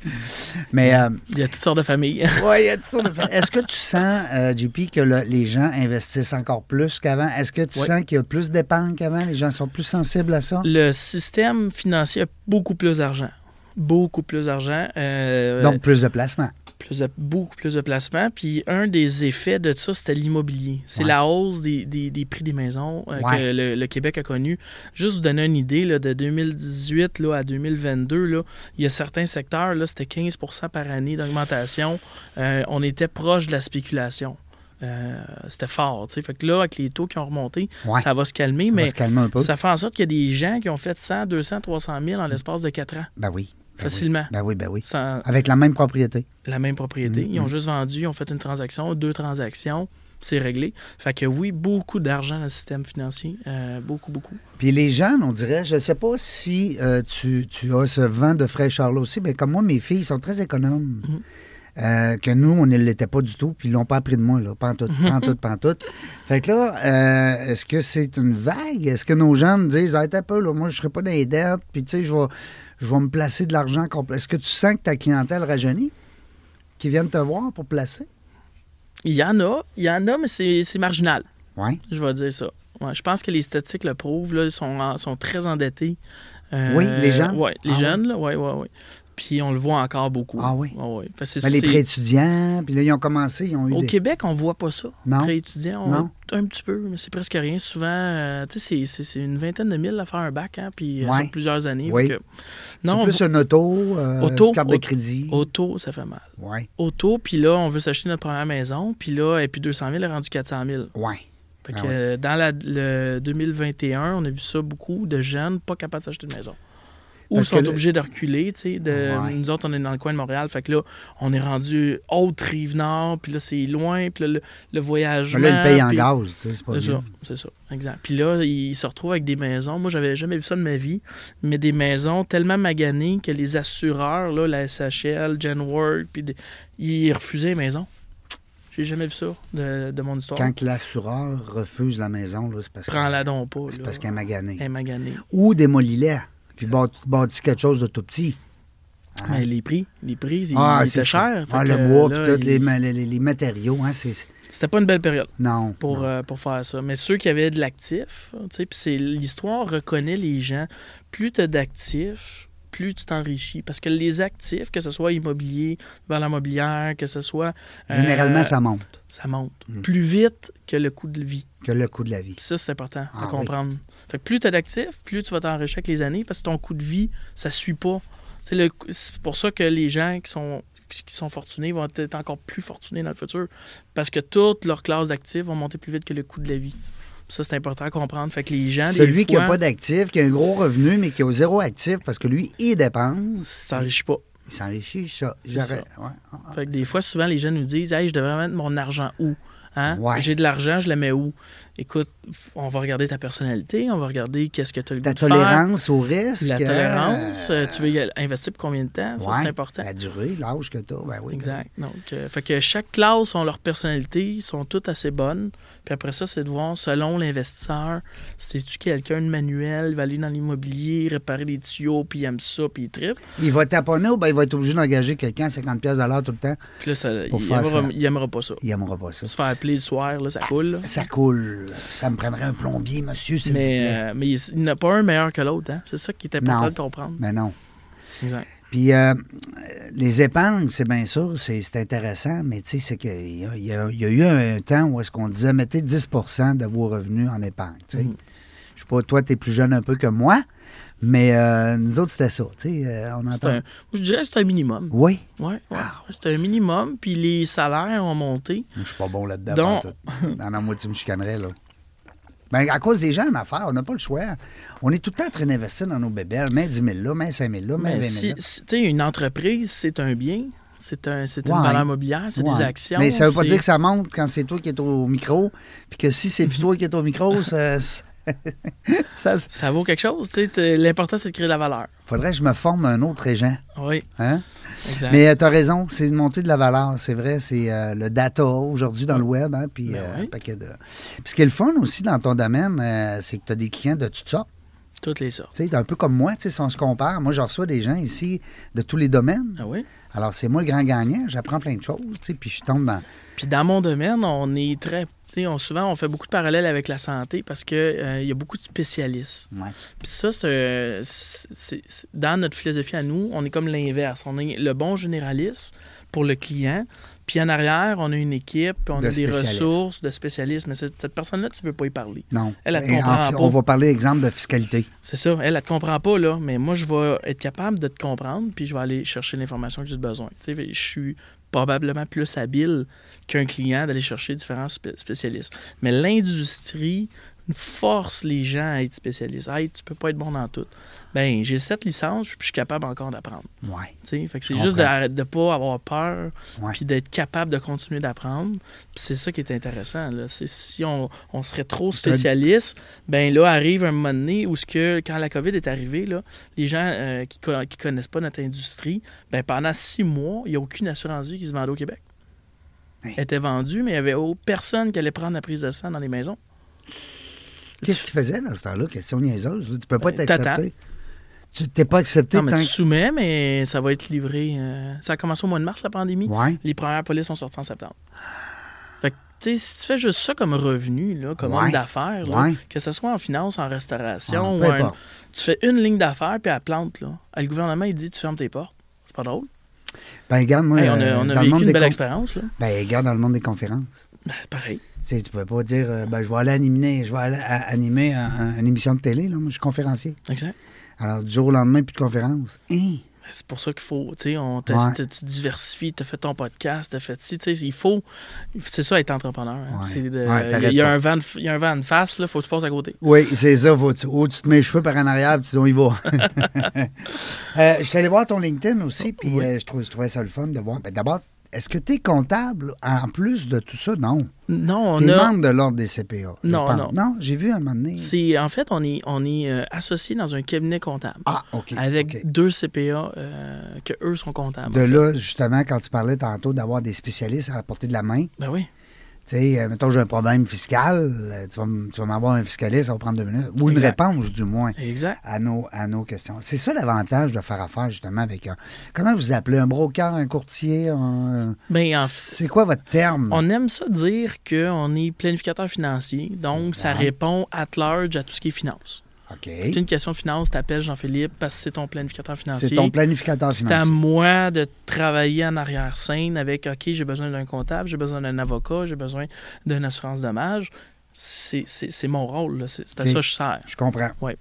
Speaker 1: Mais. euh,
Speaker 2: Il y a toutes sortes de familles.
Speaker 1: Ouais, il y a toutes sortes de fa- Est-ce que tu sens, euh, JP, que le- les gens investissent encore plus qu'avant? Est-ce que tu
Speaker 2: Ouais.
Speaker 1: sens qu'il y a plus d'épargne qu'avant? Les gens sont plus sensibles à ça?
Speaker 2: Le système financier a beaucoup plus d'argent. Beaucoup plus d'argent. euh,
Speaker 1: Donc, plus de placement.
Speaker 2: plus de- beaucoup plus de placements. Puis un des effets de ça, c'était l'immobilier. C'est
Speaker 1: Ouais.
Speaker 2: la hausse des, des- des prix des maisons euh,
Speaker 1: Ouais.
Speaker 2: que le, le Québec a connu. Juste vous donner une idée, là, de 2018 là, à 2022, là, il y a certains secteurs, là, c'était 15 par année d'augmentation. Euh, on était proche de la spéculation. Euh, c'était fort. tu sais. Fait que là, avec les taux qui ont remonté,
Speaker 1: Ouais.
Speaker 2: ça va se calmer,
Speaker 1: On va
Speaker 2: mais
Speaker 1: se calmer un peu.
Speaker 2: ça fait en sorte qu'il y a des gens qui ont fait 100, 200, 300 000 en l'espace de 4 ans,
Speaker 1: Ben oui. Ben oui.
Speaker 2: facilement.
Speaker 1: Ben oui, ben oui.
Speaker 2: Sans-
Speaker 1: Avec la même propriété.
Speaker 2: la même propriété. Ils
Speaker 1: Mhm.
Speaker 2: ont juste vendu, ils ont fait une transaction, deux transactions, c'est réglé. Fait que oui, beaucoup d'argent dans le système financier. euh, beaucoup, beaucoup.
Speaker 1: Puis les jeunes, on dirait, je ne sais pas si euh, tu, tu as ce vent de fraîcheur-là aussi, mais comme moi, mes filles sont très économes.
Speaker 2: Mhm.
Speaker 1: Euh, que nous, on ne l'était pas du tout, puis ils l'ont pas appris de moi, là, pantoute, pantoute, pantoute. Fait que là, euh, est-ce que c'est une vague? Est-ce que nos jeunes disent, hey, t'as un peu, là, moi, je serai pas dans les dettes, puis tu sais, je vais, je vais me placer de l'argent complet. Est-ce que tu sens que ta clientèle rajeunit, qui viennent te voir pour placer?
Speaker 2: Il y en a, il y en a, mais c'est c'est marginal,
Speaker 1: Oui.
Speaker 2: je vais dire ça. Ouais, je pense que les statistiques le prouvent, là, ils sont, en- sont très endettés. Euh,
Speaker 1: Oui, les jeunes?
Speaker 2: Oui, les
Speaker 1: Ah
Speaker 2: jeunes, là, ouais, ouais, ouais. Puis on le voit encore beaucoup.
Speaker 1: Ah oui?
Speaker 2: Ouais, ouais. Parce que
Speaker 1: Ben, les
Speaker 2: c'est-
Speaker 1: prêts étudiants, puis là, ils ont commencé, ils ont eu
Speaker 2: Au
Speaker 1: des...
Speaker 2: Québec, on voit pas ça.
Speaker 1: Non.
Speaker 2: Prêt étudiant, on-
Speaker 1: Non.
Speaker 2: un petit peu, mais c'est presque rien. Souvent, euh, tu sais, c'est- c'est- c'est une vingtaine de mille à faire un bac, hein, puis euh,
Speaker 1: Ouais.
Speaker 2: sur plusieurs années.
Speaker 1: Oui.
Speaker 2: fait que-
Speaker 1: C'est
Speaker 2: Non, on
Speaker 1: plus
Speaker 2: voit-
Speaker 1: un auto, euh,
Speaker 2: Auto,
Speaker 1: carte de
Speaker 2: auto-
Speaker 1: crédit.
Speaker 2: auto, ça fait mal.
Speaker 1: Ouais,
Speaker 2: Auto, puis là, on veut s'acheter notre première maison, puis là, et puis 200 000 est rendu 400 000.
Speaker 1: ouais.
Speaker 2: Fait
Speaker 1: Ah
Speaker 2: que,
Speaker 1: ouais.
Speaker 2: euh, dans la, le 2021, on a vu ça beaucoup de jeunes pas capables de s'acheter une maison. Ou
Speaker 1: Parce que
Speaker 2: sont
Speaker 1: le-
Speaker 2: obligés de reculer, tu sais. de-
Speaker 1: Ouais.
Speaker 2: Nous autres, on est dans le coin de Montréal, fait que là, on est rendu haute rive nord, puis là, c'est loin, puis là, le, le voyagement.
Speaker 1: Mais Ben là, ils payent en
Speaker 2: puis-
Speaker 1: gaz, tu sais, c'est pas
Speaker 2: C'est ça,
Speaker 1: bien.
Speaker 2: c'est ça, exact. Puis là, ils se retrouvent avec des maisons. Moi, j'avais jamais vu ça de ma vie, mais des maisons tellement maganées que les assureurs, là, la SHL, Genworth, puis des- ils refusaient les maisons. J'ai jamais vu ça de, de mon histoire.
Speaker 1: Quand que l'assureur refuse la maison, là, c'est parce que-
Speaker 2: Prends-la donc pas.
Speaker 1: c'est
Speaker 2: là.
Speaker 1: parce qu'elle est maganée.
Speaker 2: Elle est maganée.
Speaker 1: Ou démolis-la, puis bâtis, bâtis quelque chose de tout petit. Ah.
Speaker 2: Mais les prix, les prix, ils, ils étaient
Speaker 1: c'est
Speaker 2: chers.
Speaker 1: Ah,
Speaker 2: Fait
Speaker 1: le
Speaker 2: que,
Speaker 1: bois,
Speaker 2: là,
Speaker 1: puis tous
Speaker 2: ils-
Speaker 1: les, ma- les- les matériaux, hein, c'est...
Speaker 2: C'était pas une belle période.
Speaker 1: Non.
Speaker 2: pour,
Speaker 1: non.
Speaker 2: euh, pour faire ça. Mais ceux qui avaient de l'actif, tu sais, puis c'est l'histoire reconnaît les gens. Plus tu as d'actifs, plus tu t'enrichis. Parce que les actifs, que ce soit immobilier, valeur mobilière, que ce soit. euh,
Speaker 1: Généralement, ça monte
Speaker 2: ça monte.
Speaker 1: Mm.
Speaker 2: Plus vite que le coût de vie.
Speaker 1: que le coût de la vie.
Speaker 2: Puis ça, c'est important
Speaker 1: Ah
Speaker 2: à
Speaker 1: oui.
Speaker 2: comprendre. Fait que plus tu as d'actifs, plus tu vas t'enrichir avec les années parce que ton coût de vie, ça suit pas. Tu sais, le cou- C'est pour ça que les gens qui sont, qui sont fortunés vont être encore plus fortunés dans le futur parce que toutes leurs classes d'actifs vont monter plus vite que le coût de la vie. Puis ça, c'est important à comprendre. Fait que les gens, hein, des
Speaker 1: Celui qui n'a
Speaker 2: fois,
Speaker 1: pas d'actif, qui a un gros revenu, mais qui a zéro actif, parce que lui, il dépense,
Speaker 2: s'enrichit pas.
Speaker 1: il s'enrichit, ça.
Speaker 2: C'est
Speaker 1: J'aurais- ouais, ah, ah.
Speaker 2: Fait que des fois, souvent, les gens nous disent Hey, je devrais mettre mon argent où Hein?
Speaker 1: Ouais.
Speaker 2: J'ai de l'argent, je le mets où Écoute, f- on va regarder ta personnalité, on va regarder qu'est-ce que tu as le goût
Speaker 1: Ta
Speaker 2: de faire.
Speaker 1: tolérance au risque.
Speaker 2: La
Speaker 1: euh,
Speaker 2: tolérance, euh, tu veux y aller- investir pour combien de temps? Ça,
Speaker 1: ouais,
Speaker 2: c'est important.
Speaker 1: La durée, l'âge que tu as, ben oui.
Speaker 2: Exact. Donc, euh, fait que chaque classe ont leur personnalité, sont toutes assez bonnes. Puis après ça, c'est de voir selon l'investisseur, c'est-tu quelqu'un de manuel, il va aller dans l'immobilier, réparer des tuyaux, puis il aime ça, puis il tripe.
Speaker 1: Il va taponner ou ben il va être obligé d'engager quelqu'un à 50 pièces à l'heure tout le temps.
Speaker 2: Puis là, ça, il,
Speaker 1: Pour faire
Speaker 2: aimera,
Speaker 1: ça.
Speaker 2: il aimera pas ça.
Speaker 1: Il n'aimera pas ça. Ah,
Speaker 2: Se faire appeler le soir, là, ça coule. là.
Speaker 1: Ça coule. Ça me prendrait un plombier, monsieur, s'il vous
Speaker 2: Mais,
Speaker 1: plaît.
Speaker 2: euh, mais il il n'y en a pas un meilleur que l'autre. hein. C'est ça qui est important
Speaker 1: Non.
Speaker 2: de comprendre.
Speaker 1: Mais non.
Speaker 2: Exact.
Speaker 1: Puis euh, les épargnes, c'est bien sûr, c'est c'est intéressant, mais tu sais, c'est qu'il y, a- il y a il y a eu un temps où est-ce qu'on disait mettez 10 de vos revenus en épargne. tu sais.
Speaker 2: Mhm.
Speaker 1: Je sais pas, toi, tu es plus jeune un peu que moi, mais euh, nous autres, c'était ça. tu sais, euh, on
Speaker 2: C'est
Speaker 1: entend.
Speaker 2: un- je dirais que c'est un minimum.
Speaker 1: Oui.
Speaker 2: Oui, ouais.
Speaker 1: Ah,
Speaker 2: c'était un minimum, puis les salaires ont monté.
Speaker 1: Je suis pas bon là-dedans.
Speaker 2: Donc-
Speaker 1: pantoute. Non, non, moi, tu me chicanerais, là. Ben, à cause des gens en affaires, on n'a pas le choix. On est tout le temps en train d'investir dans nos bébés. Mais 10 000 là, mais 5 000 là, mais 20 000
Speaker 2: Mais Ben, si,
Speaker 1: là.
Speaker 2: si- tu sais, une entreprise, c'est un bien, c'est un, c'est une
Speaker 1: Ouais.
Speaker 2: valeur mobilière, c'est
Speaker 1: Ouais.
Speaker 2: des actions.
Speaker 1: Mais ça veut pas
Speaker 2: c'est-
Speaker 1: dire que ça monte quand c'est toi qui es au micro, puis que si c'est plus toi qui es au micro, ça... ça- ça-
Speaker 2: ça vaut quelque chose. tu sais, t'es- L'important, c'est de créer de la valeur.
Speaker 1: Faudrait que je me forme un autre agent.
Speaker 2: Oui.
Speaker 1: Hein?
Speaker 2: Exact.
Speaker 1: Mais tu as raison, c'est une montée de la valeur, c'est vrai. C'est euh, le data aujourd'hui dans le web, hein, puis
Speaker 2: Ben
Speaker 1: euh,
Speaker 2: oui.
Speaker 1: un paquet de. Puis ce qui est le fun aussi dans ton domaine, euh, c'est que tu as des clients de toutes sortes.
Speaker 2: Toutes les sortes.
Speaker 1: Tu sais, un peu comme moi, tu sais, si on se compare. Moi, je reçois des gens ici de tous les domaines.
Speaker 2: Ah oui?
Speaker 1: Alors, c'est moi le grand gagnant, j'apprends plein de choses, tu sais, puis je tombe dans.
Speaker 2: Puis dans mon domaine, on est très. tu sais, On, souvent, on fait beaucoup de parallèles avec la santé parce qu'il il y a beaucoup de spécialistes.
Speaker 1: Ouais.
Speaker 2: Puis ça, c'est- c'est- c'est- dans notre philosophie à nous, on est comme l'inverse. On est le bon généraliste pour le client. Puis en arrière, on a une équipe, puis on
Speaker 1: De
Speaker 2: a des
Speaker 1: spécialistes.
Speaker 2: ressources de spécialistes. Mais cette, cette personne-là, tu veux pas y parler.
Speaker 1: Non.
Speaker 2: Elle, elle te
Speaker 1: Et en
Speaker 2: comprend
Speaker 1: fi-
Speaker 2: pas.
Speaker 1: on va parler, exemple, de fiscalité.
Speaker 2: C'est ça. Elle, elle te comprend pas, là. Mais moi, je vais être capable de te comprendre, puis je vais aller chercher l'information que j'ai besoin. Tu sais, je suis probablement plus habile qu'un client d'aller chercher différents spé- spécialistes. Mais l'industrie force les gens à être spécialistes. Hey, tu peux pas être bon dans tout. Ben, j'ai cette licence, puis je suis capable encore d'apprendre.
Speaker 1: Ouais.
Speaker 2: Tu sais, fait que
Speaker 1: Je
Speaker 2: c'est juste
Speaker 1: comprends.
Speaker 2: de, de pas avoir peur,
Speaker 1: Ouais.
Speaker 2: puis d'être capable de continuer d'apprendre. Puis c'est ça qui est intéressant. Là. C'est si on, on serait trop
Speaker 1: C'est un-
Speaker 2: spécialiste, ben là arrive un moment donné où ce que quand la COVID est arrivée, là, les gens euh, qui, co- qui connaissent pas notre industrie, ben pendant six mois, il n'y a aucune assurance vie qui se vendait au Québec.
Speaker 1: Hey.
Speaker 2: Elle était vendue, mais il n'y avait oh, personne qui allait prendre la prise de sang dans les maisons.
Speaker 1: Qu'est-ce qu'ils faisaient dans ce temps-là? Question niaiseuse. là. Tu peux pas
Speaker 2: Ben,
Speaker 1: être
Speaker 2: t'attends.
Speaker 1: accepté. Tu t'es pas accepté
Speaker 2: Non, mais
Speaker 1: tant
Speaker 2: tu
Speaker 1: que.
Speaker 2: soumets, mais ça va être livré. euh, Ça a commencé au mois de mars, la pandémie.
Speaker 1: Ouais.
Speaker 2: Les premières polices sont sorties en septembre. Fait que, tu sais, si tu fais juste ça comme revenu, là, comme
Speaker 1: Ouais.
Speaker 2: homme d'affaires, là,
Speaker 1: Ouais,
Speaker 2: que ce soit en finance, en restauration,
Speaker 1: Ah,
Speaker 2: ou
Speaker 1: peu
Speaker 2: en-
Speaker 1: importe.
Speaker 2: tu fais une ligne d'affaires, puis elle plante. Là. Ah, Le gouvernement, il dit, tu fermes tes portes. C'est pas drôle.
Speaker 1: Ben, regarde, moi,
Speaker 2: Hey, on
Speaker 1: euh,
Speaker 2: a, on
Speaker 1: dans
Speaker 2: a
Speaker 1: le
Speaker 2: vécu
Speaker 1: monde
Speaker 2: une
Speaker 1: des
Speaker 2: belle
Speaker 1: con-
Speaker 2: expérience. Là.
Speaker 1: Ben, regarde dans le monde des conférences.
Speaker 2: Ben, pareil.
Speaker 1: Tu sais, tu peux pas dire, euh, ben, je vais aller animer, je vais aller à- animer un- un- une émission de télé, là. Moi, je suis conférencier.
Speaker 2: Exact.
Speaker 1: Alors, du jour au lendemain, plus de conférences. Hein?
Speaker 2: C'est pour ça qu'il faut, tu sais, on teste,
Speaker 1: Ouais.
Speaker 2: tu- tu diversifies, tu as fait ton podcast, tu as fait ci, tu sais, il faut, c'est ça être entrepreneur. hein.
Speaker 1: Ouais.
Speaker 2: C'est de-
Speaker 1: Ouais, t'arrêtes
Speaker 2: il, y a
Speaker 1: pas.
Speaker 2: un vent de, il y a un vent de face, là, faut que tu passes à côté.
Speaker 1: Oui, c'est ça. Faut, tu, ou tu te mets les cheveux par en arrière, puis tu dis, on y va. Euh, je suis allé voir ton LinkedIn aussi, puis
Speaker 2: Oh, Oui.
Speaker 1: euh, je, trouve, je trouvais ça le fun de voir. Ben, D'abord, est-ce que tu es comptable en plus de tout ça? Non.
Speaker 2: Non,
Speaker 1: Tu
Speaker 2: on
Speaker 1: es
Speaker 2: a,
Speaker 1: membre de l'Ordre des CPA. je
Speaker 2: Non,
Speaker 1: pense.
Speaker 2: non.
Speaker 1: Non, j'ai vu un moment donné.
Speaker 2: c'est, en fait, on est, on est euh, associé dans un cabinet comptable
Speaker 1: Ah, OK.
Speaker 2: avec
Speaker 1: OK.
Speaker 2: deux CPA euh, que eux sont comptables.
Speaker 1: De là, justement, quand tu parlais tantôt d'avoir des spécialistes à la portée de la main,
Speaker 2: Ben oui.
Speaker 1: tu sais, euh, mettons, j'ai un problème fiscal, euh, tu vas, m- tu vas m'avoir un fiscaliste, ça va prendre deux minutes, ou une
Speaker 2: Exact.
Speaker 1: réponse, du moins,
Speaker 2: Exact.
Speaker 1: à nos, à nos questions. C'est ça l'avantage de faire affaire, justement, avec un. Comment vous appelez un broker, un courtier un-
Speaker 2: Ben, en
Speaker 1: C'est quoi votre terme?
Speaker 2: On aime ça dire qu'on est planificateur financier, donc ça
Speaker 1: Ouais.
Speaker 2: répond at large à tout ce qui est finance.
Speaker 1: OK.
Speaker 2: C'est une question de finance, t'appelles Jean-Philippe parce que c'est ton planificateur financier.
Speaker 1: C'est ton planificateur
Speaker 2: C'est à
Speaker 1: financier.
Speaker 2: moi de travailler en arrière-scène avec OK, j'ai besoin d'un comptable, j'ai besoin d'un avocat, j'ai besoin d'une assurance dommage. C'est c'est- c'est mon rôle, là. c'est c'est à
Speaker 1: Ok.
Speaker 2: ça que je sers.
Speaker 1: Je comprends.
Speaker 2: Ouais.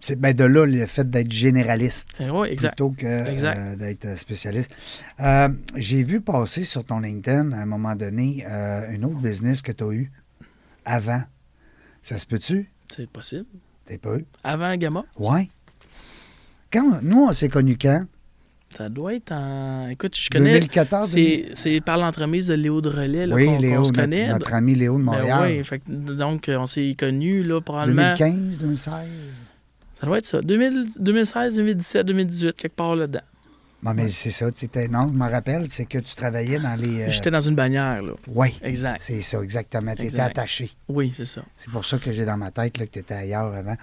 Speaker 1: C'est ben, de là le fait d'être généraliste.
Speaker 2: Oui, exact.
Speaker 1: plutôt que
Speaker 2: Exact.
Speaker 1: euh, d'être spécialiste. Euh, J'ai vu passer sur ton LinkedIn, à un moment donné, euh, une autre business que tu as eu avant. Ça se peut-tu?
Speaker 2: C'est possible.
Speaker 1: T'es pas eu?
Speaker 2: Avant Gamma,
Speaker 1: Ouais. Quand, nous, on s'est connus quand?
Speaker 2: ça doit être en. Écoute, je connais.
Speaker 1: 2014?
Speaker 2: C'est c'est par l'entremise de Léo de Relais là,
Speaker 1: oui,
Speaker 2: qu'on qu'on
Speaker 1: Léo,
Speaker 2: se
Speaker 1: notre,
Speaker 2: connaît.
Speaker 1: notre ami Léo de
Speaker 2: Ben
Speaker 1: Montréal.
Speaker 2: ouais, fait que- donc, euh, on s'est connus, là, probablement.
Speaker 1: 2015, 2016.
Speaker 2: Ça doit être ça. 2000 2016, 2017, 2018, quelque part là-dedans.
Speaker 1: Non, mais c'est ça. tu étais- non, je m'en rappelle, c'est que tu travaillais dans les. euh,
Speaker 2: J'étais dans une bannière, là.
Speaker 1: Oui,
Speaker 2: Exact.
Speaker 1: c'est ça, exactement. Tu étais
Speaker 2: Exact.
Speaker 1: attaché.
Speaker 2: Oui, c'est ça.
Speaker 1: C'est pour ça que j'ai dans ma tête là, que tu étais ailleurs avant.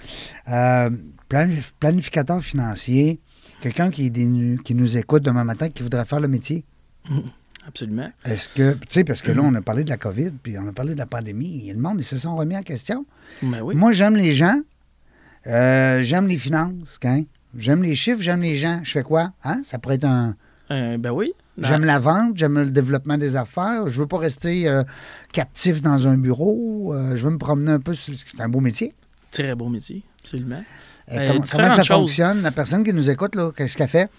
Speaker 1: Euh, planif- planificateur financier, quelqu'un qui, est des- qui nous écoute demain matin, qui voudrait faire le métier.
Speaker 2: Absolument.
Speaker 1: Est-ce que, tu sais, parce que là, on a parlé de la COVID, puis on a parlé de la pandémie, et le monde, ils se sont remis en question.
Speaker 2: Ben oui.
Speaker 1: Moi, j'aime les gens, euh, j'aime les finances, hein. j'aime les chiffres, j'aime les gens. Je fais quoi? Hein? Ça pourrait être un.
Speaker 2: Euh, ben oui. Dans-
Speaker 1: J'aime la vente, j'aime le développement des affaires, je veux pas rester euh, captif dans un bureau, euh, je veux me promener un peu. sur- C'est un beau métier.
Speaker 2: Très beau métier. Absolument.
Speaker 1: Euh,
Speaker 2: Euh,
Speaker 1: comment,
Speaker 2: différentes
Speaker 1: comment ça
Speaker 2: choses.
Speaker 1: fonctionne? La personne qui nous écoute, là, qu'est-ce qu'elle fait?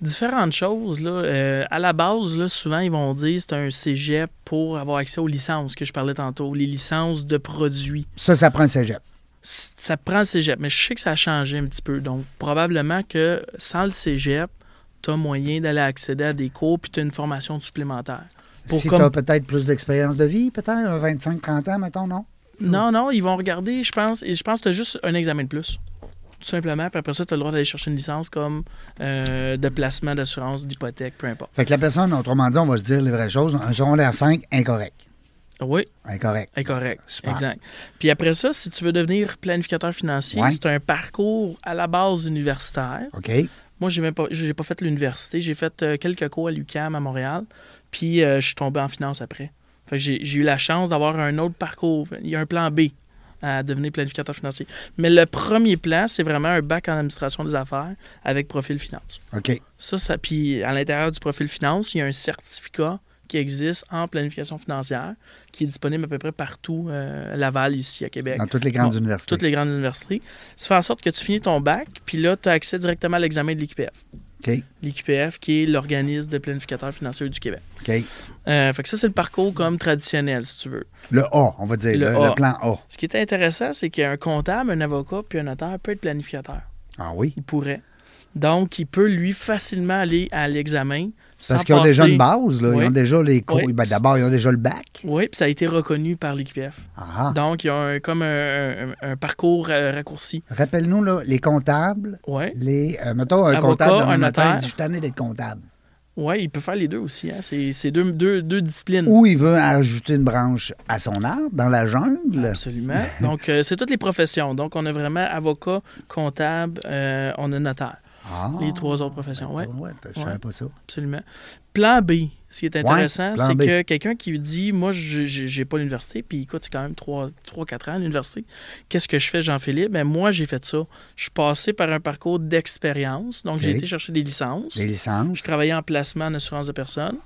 Speaker 2: Différentes choses, là. Euh, à la base, là, souvent, ils vont dire c'est un cégep pour avoir accès aux licences que je parlais tantôt, les licences de produits.
Speaker 1: Ça, ça prend un cégep.
Speaker 2: c- ça prend le cégep, mais je sais que ça a changé un petit peu. Donc, probablement que sans le cégep, tu as moyen d'aller accéder à des cours puis tu as une formation supplémentaire. Pour
Speaker 1: si
Speaker 2: comme-
Speaker 1: tu as peut-être plus d'expérience de vie, peut-être un 25-30 ans, mettons, non?
Speaker 2: Non, non, ils vont regarder, je pense, et je pense que tu as juste un examen de plus. tout simplement. Puis après ça, tu as le droit d'aller chercher une licence comme euh, de placement d'assurance, d'hypothèque, peu importe.
Speaker 1: Fait que la personne, autrement dit, on va se dire les vraies choses, un secondaire 5, incorrect.
Speaker 2: Oui,
Speaker 1: Incorrect.
Speaker 2: incorrect.
Speaker 1: Super.
Speaker 2: Exact. Puis après ça, si tu veux devenir planificateur financier,
Speaker 1: Ouais.
Speaker 2: c'est un parcours à la base universitaire.
Speaker 1: OK?
Speaker 2: Moi, j'ai même pas, j'ai pas fait l'université. J'ai fait euh, quelques cours à l'UCAM à Montréal. Puis euh, je suis tombé en finance après. Fait que j'ai, j'ai eu la chance d'avoir un autre parcours. Il y a un plan B à devenir planificateur financier. Mais le premier plan, c'est vraiment un bac en administration des affaires avec profil finance.
Speaker 1: OK.
Speaker 2: Ça, ça puis à l'intérieur du profil finance, il y a un certificat qui existe en planification financière qui est disponible à peu près partout euh, à Laval ici à Québec
Speaker 1: Dans toutes les grandes
Speaker 2: Bon,
Speaker 1: universités.
Speaker 2: toutes les grandes universités. Tu fais en sorte que tu finis ton bac, puis là, tu as accès directement à l'examen de l'IQPF.
Speaker 1: OK.
Speaker 2: L'IQPF, qui est l'organisme de planificateurs financiers du Québec.
Speaker 1: OK.
Speaker 2: Euh, fait que ça, c'est le parcours comme traditionnel, si tu veux.
Speaker 1: Le A, on va dire, le,
Speaker 2: Le
Speaker 1: le
Speaker 2: A.
Speaker 1: plan A.
Speaker 2: Ce qui est intéressant, c'est qu'un comptable, un avocat, puis un notaire peut être planificateur.
Speaker 1: Ah oui?
Speaker 2: Il pourrait. Donc, il peut, lui, facilement aller à l'examen
Speaker 1: Parce
Speaker 2: sans
Speaker 1: qu'ils ont
Speaker 2: passer-
Speaker 1: déjà une base, là. Ils
Speaker 2: Oui.
Speaker 1: ont déjà les cours.
Speaker 2: Oui.
Speaker 1: Ben, D'abord, ils ont déjà le bac.
Speaker 2: Oui, puis ça a été reconnu par l'IQPF.
Speaker 1: Ah.
Speaker 2: Donc, il y a un, comme un, un- un parcours euh, raccourci.
Speaker 1: Rappelle-nous, là, les comptables,
Speaker 2: Oui,
Speaker 1: les. euh, mettons, un
Speaker 2: Avocat,
Speaker 1: comptable, dans
Speaker 2: un
Speaker 1: ma tête,
Speaker 2: notaire.
Speaker 1: il dit, Je suis tanné d'être comptable.
Speaker 2: ouais, il peut faire les deux aussi. hein. C'est c'est deux, deux, deux disciplines.
Speaker 1: Ou il veut ajouter une branche à son arbre, dans la jungle.
Speaker 2: Absolument. Donc, euh, c'est toutes les professions. Donc, on a vraiment avocat, comptable, euh, on a notaire.
Speaker 1: Ah.
Speaker 2: Les trois autres professions. Oui,
Speaker 1: Ouais, je savais
Speaker 2: Ouais.
Speaker 1: pas ça.
Speaker 2: absolument. Plan B, ce qui est intéressant,
Speaker 1: plan
Speaker 2: c'est
Speaker 1: B.
Speaker 2: que quelqu'un qui dit Moi, je- je- j'ai pas l'université, puis écoute, c'est quand même 3-4 ans à l'université. Qu'est-ce que je fais, Jean-Philippe ben, Moi, j'ai fait ça. Je suis passé par un parcours d'expérience. Donc, j'ai
Speaker 1: Ok.
Speaker 2: été chercher des licences.
Speaker 1: Les licences.
Speaker 2: Je travaillais en placement en assurance de personnes.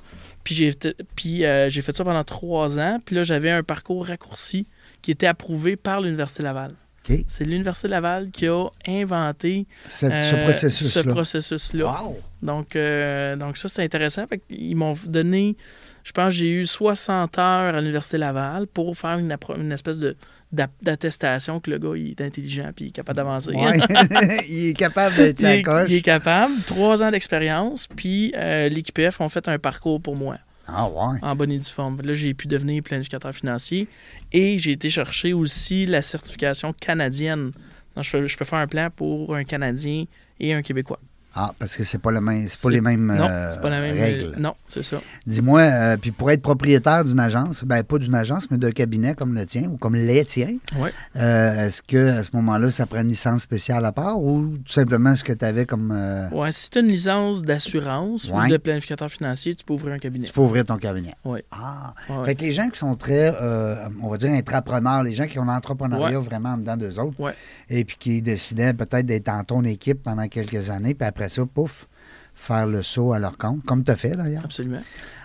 Speaker 2: Puis j'ai fait- puis, euh, j'ai fait ça pendant trois ans. Puis là, j'avais un parcours raccourci qui était approuvé par l'Université Laval.
Speaker 1: OK.
Speaker 2: C'est l'Université Laval qui a inventé
Speaker 1: Ce, ce
Speaker 2: euh, ce
Speaker 1: processus-là. Ah,
Speaker 2: processus-là.
Speaker 1: Wow.
Speaker 2: Donc, euh, donc ça, c'est intéressant. Fait Ils m'ont donné, je pense, que j'ai eu 60 heures à l'Université Laval pour faire une, appro- une espèce de d'app- d'attestation que le gars il est intelligent puis il est capable d'avancer.
Speaker 1: Ouais. il est capable d'être
Speaker 2: Il
Speaker 1: la
Speaker 2: est, il
Speaker 1: coche.
Speaker 2: est capable. Trois ans d'expérience, puis euh, l'IQPF ont fait un parcours pour moi,
Speaker 1: Ah ouais.
Speaker 2: en bonne et due forme. Là, j'ai pu devenir planificateur financier et j'ai été chercher aussi la certification canadienne. Donc, je, peux- je peux faire un plan pour un Canadien et un Québécois.
Speaker 1: Ah, parce que c'est pas le même, c'est pas
Speaker 2: C'est-
Speaker 1: les mêmes
Speaker 2: non,
Speaker 1: euh,
Speaker 2: c'est pas la même
Speaker 1: règles.
Speaker 2: Non, c'est ça.
Speaker 1: Dis-moi, euh, puis pour être propriétaire d'une agence, ben pas d'une agence, mais d'un cabinet comme le tien ou comme les tiens,
Speaker 2: Ouais.
Speaker 1: euh, est-ce que à ce moment-là, ça prend une licence spéciale à part ou tout simplement ce que tu avais comme euh,
Speaker 2: Ouais, si tu as une licence d'assurance
Speaker 1: Ouais.
Speaker 2: ou de planificateur financier, tu peux ouvrir un cabinet.
Speaker 1: tu peux ouvrir ton cabinet?
Speaker 2: Ouais.
Speaker 1: Ah.
Speaker 2: Ouais.
Speaker 1: Fait que les gens qui sont très, euh, on va dire, intrapreneurs, les gens qui ont l'entrepreneuriat vraiment en dedans d'eux autres,
Speaker 2: Ouais.
Speaker 1: et puis qui décidaient peut-être d'être en ton équipe pendant quelques années, puis après ça, pouf, faire le saut à leur compte, comme tu as fait d'ailleurs.
Speaker 2: Absolument.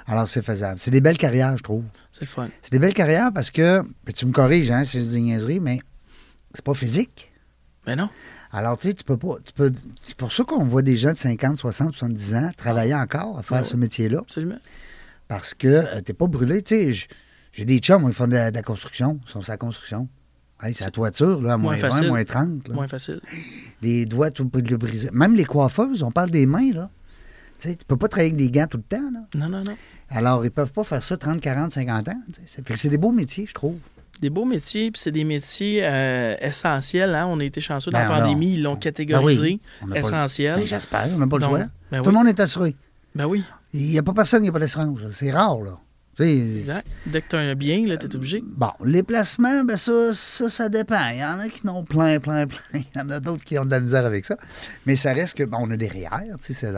Speaker 1: Alors, c'est faisable. C'est des belles carrières, je trouve.
Speaker 2: C'est le fun.
Speaker 1: C'est des belles carrières parce que, puis tu me corriges hein, si je dis niaiserie, mais c'est pas physique.
Speaker 2: Mais non.
Speaker 1: Alors, tu sais, tu peux pas. Tu peux, c'est pour ça qu'on voit des gens de 50, 60, 70 ans travailler encore à faire
Speaker 2: Ouais.
Speaker 1: ce métier-là
Speaker 2: Absolument.
Speaker 1: parce que euh, t'es pas brûlé. Tu sais, j- j'ai des chums, moi, ils font de la, de la construction, ils sont sur la construction. Hey, c'est la toiture, là, à moins
Speaker 2: Moins
Speaker 1: 20,
Speaker 2: facile.
Speaker 1: moins 30. là.
Speaker 2: Moins facile.
Speaker 1: Les doigts tout le briser. Même les coiffeuses, on parle des mains, là. Tu sais, tu peux pas travailler avec des gants tout le temps, là.
Speaker 2: Non, non, non.
Speaker 1: Alors, ils peuvent pas faire ça 30, 40, 50 ans. tu sais. C'est- fait que C'est des beaux métiers, je trouve.
Speaker 2: Des beaux métiers, puis c'est des métiers euh, essentiels. hein. On a été chanceux dans
Speaker 1: Ben,
Speaker 2: la
Speaker 1: on a- ben
Speaker 2: pandémie, ils l'ont catégorisé
Speaker 1: On n'a pas le-
Speaker 2: essentiel.
Speaker 1: Ben, J'espère, on n'a pas le
Speaker 2: Donc,
Speaker 1: choix.
Speaker 2: ben
Speaker 1: Tout
Speaker 2: oui.
Speaker 1: le monde est assuré.
Speaker 2: Ben oui,
Speaker 1: Il n'y a pas personne qui n'a pas d'assurance. là. C'est rare, là. Tu sais,
Speaker 2: exact. Dès que tu as un bien, là, tu
Speaker 1: Euh,
Speaker 2: es obligé.
Speaker 1: Bon, les placements, ben ça, ça, ça dépend. Il y en a qui n'ont plein, plein, plein. Il y en a d'autres qui ont de la misère avec ça. Mais ça reste que, ben, on a des REER, tu sais. c'est-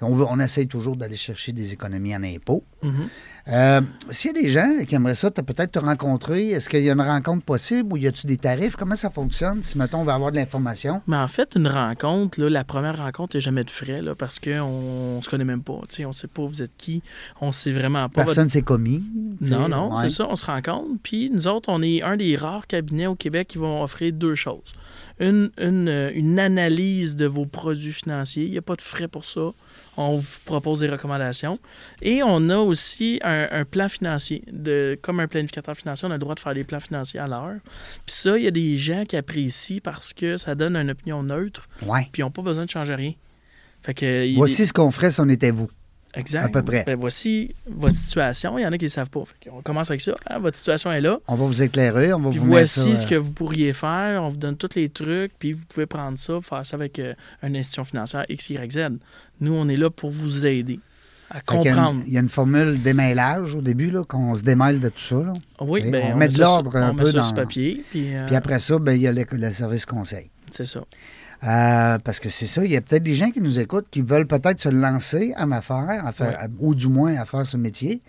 Speaker 1: On, veut- on essaye toujours d'aller chercher des économies en impôts.
Speaker 2: Mhm.
Speaker 1: Euh, S'il y a des gens qui aimeraient ça, t'as peut-être te rencontrer, est-ce qu'il y a une rencontre possible ou y a-tu des tarifs? Comment ça fonctionne si, mettons, on va avoir de l'information?
Speaker 2: Mais en fait, une rencontre, là, la première rencontre, il n'y a jamais de frais là, parce qu'on ne se connaît même pas. tu sais, On ne sait pas vous êtes qui. On sait vraiment pas. votre-
Speaker 1: Personne ne s'est commis. tu sais,
Speaker 2: Non, non,
Speaker 1: ouais.
Speaker 2: c'est ça, on se rencontre. Puis nous autres, on est un des rares cabinets au Québec qui vont offrir deux choses. Une, une, euh, une analyse de vos produits financiers, il n'y a pas de frais pour ça. On vous propose des recommandations. Et on a aussi un, un plan financier. De, comme un planificateur financier, on a le droit de faire des plans financiers à l'heure. Puis ça, il y a des gens qui apprécient parce que ça donne une opinion neutre,
Speaker 1: Ouais.
Speaker 2: puis ils n'ont pas besoin de changer rien. Fait que, il y a des-
Speaker 1: Voici ce qu'on ferait si on était vous.
Speaker 2: Exact.
Speaker 1: À peu près.
Speaker 2: Ben, voici votre situation. Il y en a qui ne savent pas. on commence avec ça. Ah, votre situation est là.
Speaker 1: On va vous éclairer, on va
Speaker 2: Puis
Speaker 1: vous mettre
Speaker 2: voici
Speaker 1: ça, euh,
Speaker 2: ce que vous pourriez faire. On vous donne tous les trucs. Puis vous pouvez prendre ça, faire ça avec euh, une institution financière X, Y, Z. Nous, on est là pour vous aider à
Speaker 1: Fait qu'il y a une-
Speaker 2: comprendre.
Speaker 1: Il y, a une formule démêlage au début, là, qu'on se démêle de tout ça. là.
Speaker 2: Oui,
Speaker 1: Oui,
Speaker 2: ben,
Speaker 1: on
Speaker 2: on,
Speaker 1: met de
Speaker 2: ça sur-
Speaker 1: l'ordre un
Speaker 2: on met
Speaker 1: peu
Speaker 2: ça
Speaker 1: dans-
Speaker 2: sur papier. Puis, euh,
Speaker 1: Puis après ça, ben, il y a le, le service conseil.
Speaker 2: c'est ça.
Speaker 1: Euh, parce que c'est ça, il y a peut-être des gens qui nous écoutent qui veulent peut-être se lancer en affaires, à faire- ou du moins à faire ce métier.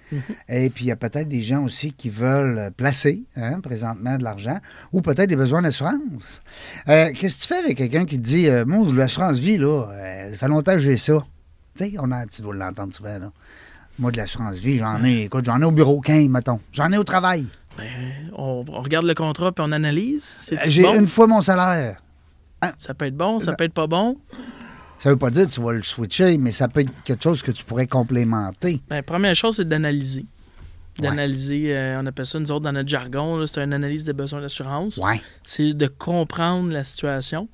Speaker 1: Et puis il y a peut-être des gens aussi qui veulent placer hein, présentement de l'argent ou peut-être des besoins d'assurance. Euh, Qu'est-ce que tu fais avec quelqu'un qui te dit euh, Moi, l'assurance vie, là, euh, ça fait longtemps que j'ai ça. Tu sais, on a, tu dois l'entendre souvent, là. Moi, de l'assurance vie, j'en ai, écoute, j'en ai au bureau 15, mettons. J'en ai au travail.
Speaker 2: Ben, on, on regarde le contrat puis on analyse. C'est
Speaker 1: Euh, J'ai
Speaker 2: bon.
Speaker 1: une Ben, fois mon salaire.
Speaker 2: Ça peut être bon, ça peut être pas bon.
Speaker 1: Ça veut pas dire que tu vas le switcher, mais ça peut être quelque chose que tu pourrais complémenter.
Speaker 2: Ben, première chose, c'est d'analyser.
Speaker 1: Ouais.
Speaker 2: D'analyser, euh, on appelle ça, nous autres, dans notre jargon, là, c'est une analyse des besoins d'assurance.
Speaker 1: Ouais.
Speaker 2: C'est de comprendre la situation.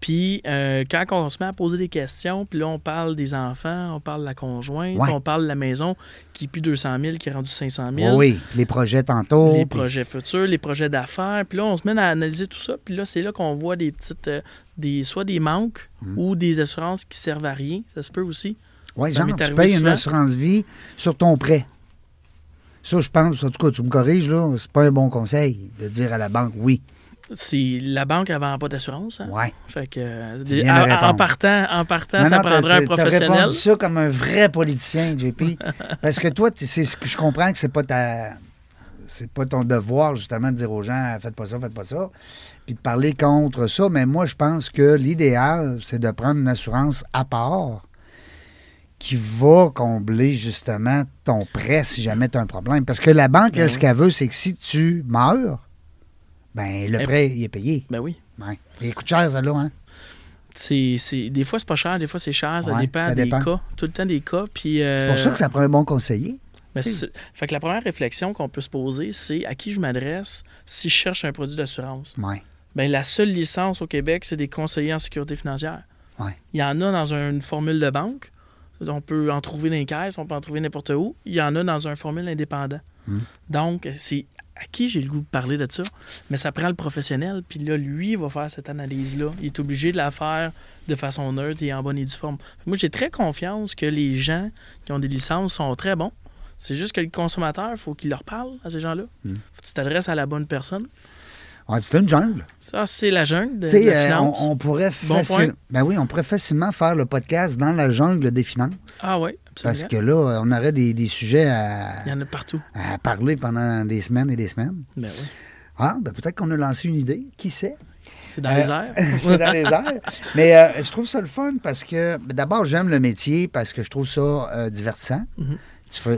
Speaker 2: Puis, euh, quand on se met à poser des questions, puis là, on parle des enfants, on parle de la conjointe,
Speaker 1: Ouais.
Speaker 2: on parle de la maison qui est plus 200 000, qui est rendue 500 000.
Speaker 1: Oui, les projets tantôt.
Speaker 2: les
Speaker 1: puis-
Speaker 2: projets futurs, les projets d'affaires. Puis là, on se met à analyser tout ça. Puis là, c'est là qu'on voit des petites, euh, des, soit des manques
Speaker 1: Mm.
Speaker 2: ou des assurances qui servent à rien. Ça se peut aussi.
Speaker 1: Ouais,
Speaker 2: ça
Speaker 1: genre,
Speaker 2: m'est
Speaker 1: tu
Speaker 2: arrivé
Speaker 1: payes une
Speaker 2: souvent.
Speaker 1: assurance vie sur ton prêt. Ça, je pense, en tout cas, tu me corriges, là, c'est pas un bon conseil de dire à la banque oui.
Speaker 2: C'est la banque avant pas d'assurance. hein.
Speaker 1: Ouais.
Speaker 2: Fait que euh,
Speaker 1: Tu viens de
Speaker 2: en- en,
Speaker 1: répondre.
Speaker 2: partant, en partant,
Speaker 1: Non,
Speaker 2: ça
Speaker 1: non, t'as-
Speaker 2: prendrait un
Speaker 1: t'as- t'as
Speaker 2: professionnel.
Speaker 1: répondu ça comme un vrai politicien, JP. parce que toi, t'es- c'est ce que je comprends que c'est pas ta. C'est pas ton devoir, justement, de dire aux gens faites pas ça, faites pas ça, puis de parler contre ça. Mais moi, je pense que l'idéal, c'est de prendre une assurance à part qui va combler, justement, ton prêt si jamais tu as un problème. Parce que la banque,
Speaker 2: Ben
Speaker 1: elle,
Speaker 2: oui.
Speaker 1: ce qu'elle veut, c'est que si tu meurs, ben le
Speaker 2: Eh-
Speaker 1: prêt, il est payé.
Speaker 2: Ben oui.
Speaker 1: Ouais. Il coûte cher, ça, là, hein?
Speaker 2: C'est, c'est- des fois, c'est pas cher, des fois, c'est cher. Ça
Speaker 1: Ouais,
Speaker 2: dépend
Speaker 1: ça
Speaker 2: des
Speaker 1: dépend.
Speaker 2: cas. Tout le temps des cas. Puis, euh,
Speaker 1: C'est pour ça que ça prend un bon conseiller.
Speaker 2: Mais
Speaker 1: Tu sais.
Speaker 2: c'est- fait que la première réflexion qu'on peut se poser, c'est à qui je m'adresse si je cherche un produit d'assurance.
Speaker 1: Ouais.
Speaker 2: Ben, la seule licence au Québec, c'est des conseillers en sécurité financière.
Speaker 1: Ouais.
Speaker 2: Il y en a dans une formule de banque. On peut en trouver dans les caisses, on peut en trouver n'importe où. Il y en a dans un formule indépendant. Donc, c'est à qui j'ai le goût de parler de ça. Mais ça prend le professionnel. Puis là, lui, il va faire cette analyse-là. Il est obligé de la faire de façon neutre et en bonne et due forme. Moi, j'ai très confiance que les gens qui ont des licences sont très bons. C'est juste que le consommateur, il faut qu'il leur parle à ces gens-là. faut que tu t'adresses à la bonne personne.
Speaker 1: Ouais, c'est une jungle.
Speaker 2: Ça, c'est la jungle de,
Speaker 1: Tu sais,
Speaker 2: de
Speaker 1: euh, on,
Speaker 2: finances.
Speaker 1: on pourrait
Speaker 2: Bon
Speaker 1: facile-
Speaker 2: point.
Speaker 1: ben oui, on pourrait facilement faire le podcast dans la jungle des finances
Speaker 2: Ah oui,
Speaker 1: parce
Speaker 2: absolument.
Speaker 1: que là, euh, on aurait des, des sujets à,
Speaker 2: Il y en a partout.
Speaker 1: à parler pendant des semaines et des semaines.
Speaker 2: Ben oui.
Speaker 1: Ah, ben peut-être qu'on a lancé une idée, qui sait?
Speaker 2: C'est dans
Speaker 1: Euh,
Speaker 2: les airs.
Speaker 1: c'est dans les airs. Mais euh, je trouve ça le fun parce que ben, d'abord, j'aime le métier parce que je trouve ça euh, divertissant.
Speaker 2: Mhm.
Speaker 1: Tu